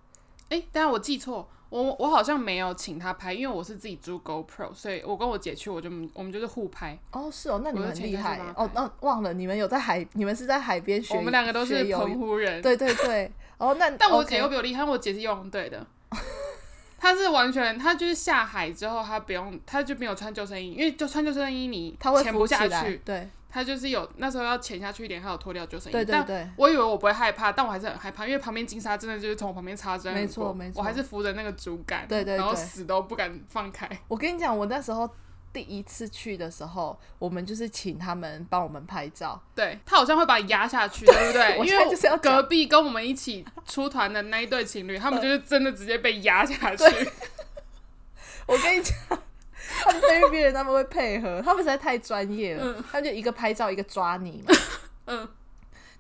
[SPEAKER 2] 哎、但我记错，我我好像没有请他拍，因为我是自己租 GoPro，所以我跟我姐去，我就我们就是互拍。
[SPEAKER 1] 哦，是哦，那你们
[SPEAKER 2] 我
[SPEAKER 1] 很
[SPEAKER 2] 就请
[SPEAKER 1] 厉
[SPEAKER 2] 他
[SPEAKER 1] 害
[SPEAKER 2] 去
[SPEAKER 1] 耶
[SPEAKER 2] 帮
[SPEAKER 1] 哦
[SPEAKER 2] 我。拍
[SPEAKER 1] 那忘了，你们有在海，你们是在海边学，
[SPEAKER 2] 我们两个都
[SPEAKER 1] 学
[SPEAKER 2] 是
[SPEAKER 1] 游
[SPEAKER 2] 澎
[SPEAKER 1] 泳。
[SPEAKER 2] 湖人，
[SPEAKER 1] 对对对，哦，那
[SPEAKER 2] 但我
[SPEAKER 1] OK
[SPEAKER 2] 姐又比我厉害，因为我姐是游泳队的。她是完全，她就是下海之后，她不用，她就没有穿救生衣，因为就穿救生衣你
[SPEAKER 1] 他会
[SPEAKER 2] 潜
[SPEAKER 1] 浮
[SPEAKER 2] 不
[SPEAKER 1] 起
[SPEAKER 2] 下
[SPEAKER 1] 来，
[SPEAKER 2] 去。
[SPEAKER 1] 对
[SPEAKER 2] 她就是有那时候要潜下去一点，她有脱掉救生衣。
[SPEAKER 1] 对对
[SPEAKER 2] 但
[SPEAKER 1] 对，
[SPEAKER 2] 我以为我不会害怕，但我还是很害怕，因为旁边金沙真的就是从我旁边插针而过，
[SPEAKER 1] 没错没错
[SPEAKER 2] 我还是扶着那个竹竿，
[SPEAKER 1] 对对对
[SPEAKER 2] 然后死都不敢放开。
[SPEAKER 1] 我跟你讲，我那时候第一次去的时候，我们就是请他们帮我们拍照，
[SPEAKER 2] 对他好像会把你压下去，对不 对？
[SPEAKER 1] 我
[SPEAKER 2] 因
[SPEAKER 1] 现在
[SPEAKER 2] 为
[SPEAKER 1] 就是要讲
[SPEAKER 2] 隔壁跟我们一起出团的那一对情侣，他们就是真的直接被压下去。
[SPEAKER 1] 我跟你讲。他们菲律宾人他们会配合，他们实在太专业了。他们就一个拍照，一个抓你嘛。
[SPEAKER 2] 嗯，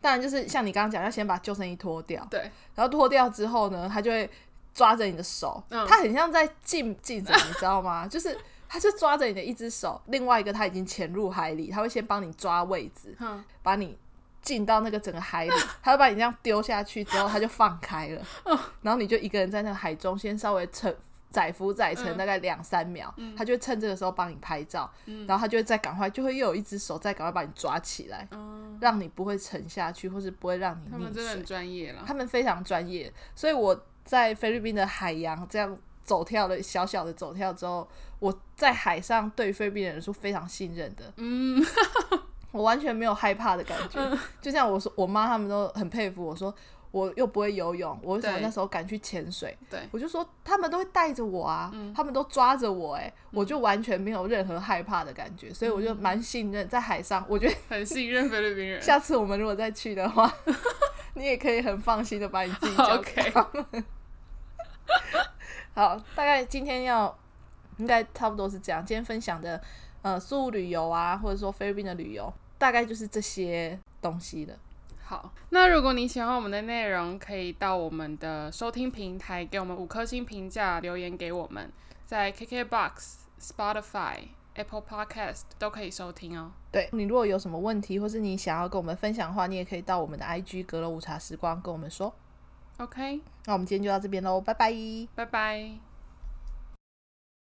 [SPEAKER 1] 当然就是像你刚刚讲，要先把救生衣脱掉，
[SPEAKER 2] 对，
[SPEAKER 1] 然后脱掉之后呢，他就会抓着你的手，
[SPEAKER 2] 嗯
[SPEAKER 1] 他很像在竞竞着，你知道吗？就是他就抓着你的一只手，另外一个他已经潜入海里，他会先帮你抓位置，
[SPEAKER 2] 嗯
[SPEAKER 1] 把你浸到那个整个海里，他会把你这样丢下去之后，他就放开了，
[SPEAKER 2] 哦
[SPEAKER 1] 然后你就一个人在那个海中先稍微沉。载浮载沉
[SPEAKER 2] 嗯
[SPEAKER 1] 大概两三秒，他就会趁这个时候帮你拍照，
[SPEAKER 2] 嗯
[SPEAKER 1] 然后他就会再赶快，就会又有一只手再赶快把你抓起来，
[SPEAKER 2] 嗯，
[SPEAKER 1] 让你不会沉下去，或是不会让你溺
[SPEAKER 2] 他
[SPEAKER 1] 水。
[SPEAKER 2] 们真的很专业 了。
[SPEAKER 1] 他们非常专业，所以我在菲律宾的海洋这样走跳了小小的走跳之后，我在海上对菲律宾人是非常信任的，
[SPEAKER 2] 嗯，
[SPEAKER 1] 我完全没有害怕的感觉。就像我说，我妈他们都很佩服我说，我又不会游泳，我为什么
[SPEAKER 2] 对
[SPEAKER 1] 那时候敢去潜水？
[SPEAKER 2] 对，嗯
[SPEAKER 1] 我就说他们都会带着我啊，他们都抓着我、哎，我就完全没有任何害怕的感觉，所以我
[SPEAKER 2] 嗯
[SPEAKER 1] 就蛮信任在海上。我觉得
[SPEAKER 2] 很信任菲律宾人。
[SPEAKER 1] 下次我们如果再去的话， 你也可以很放心的把你自 己交给
[SPEAKER 2] OK，
[SPEAKER 1] 好，大概今天要应该差不多是这样。今天分享的呃宿务旅游啊，或者说菲律宾的旅游，大概就是这些东西了。
[SPEAKER 2] 好。那如果你喜欢我们的内容，可以到我们的收听平台给我们五颗星评价，留言给我们，在 KKBox、Spotify、Apple Podcast 都可以收听哦。
[SPEAKER 1] 对你如果有什么问题，或是你想要跟我们分享的话，你也可以到我们的 IG 阁楼午茶时光跟我们说。
[SPEAKER 2] OK，
[SPEAKER 1] 那我们今天就到这边喽，拜拜。
[SPEAKER 2] 拜拜。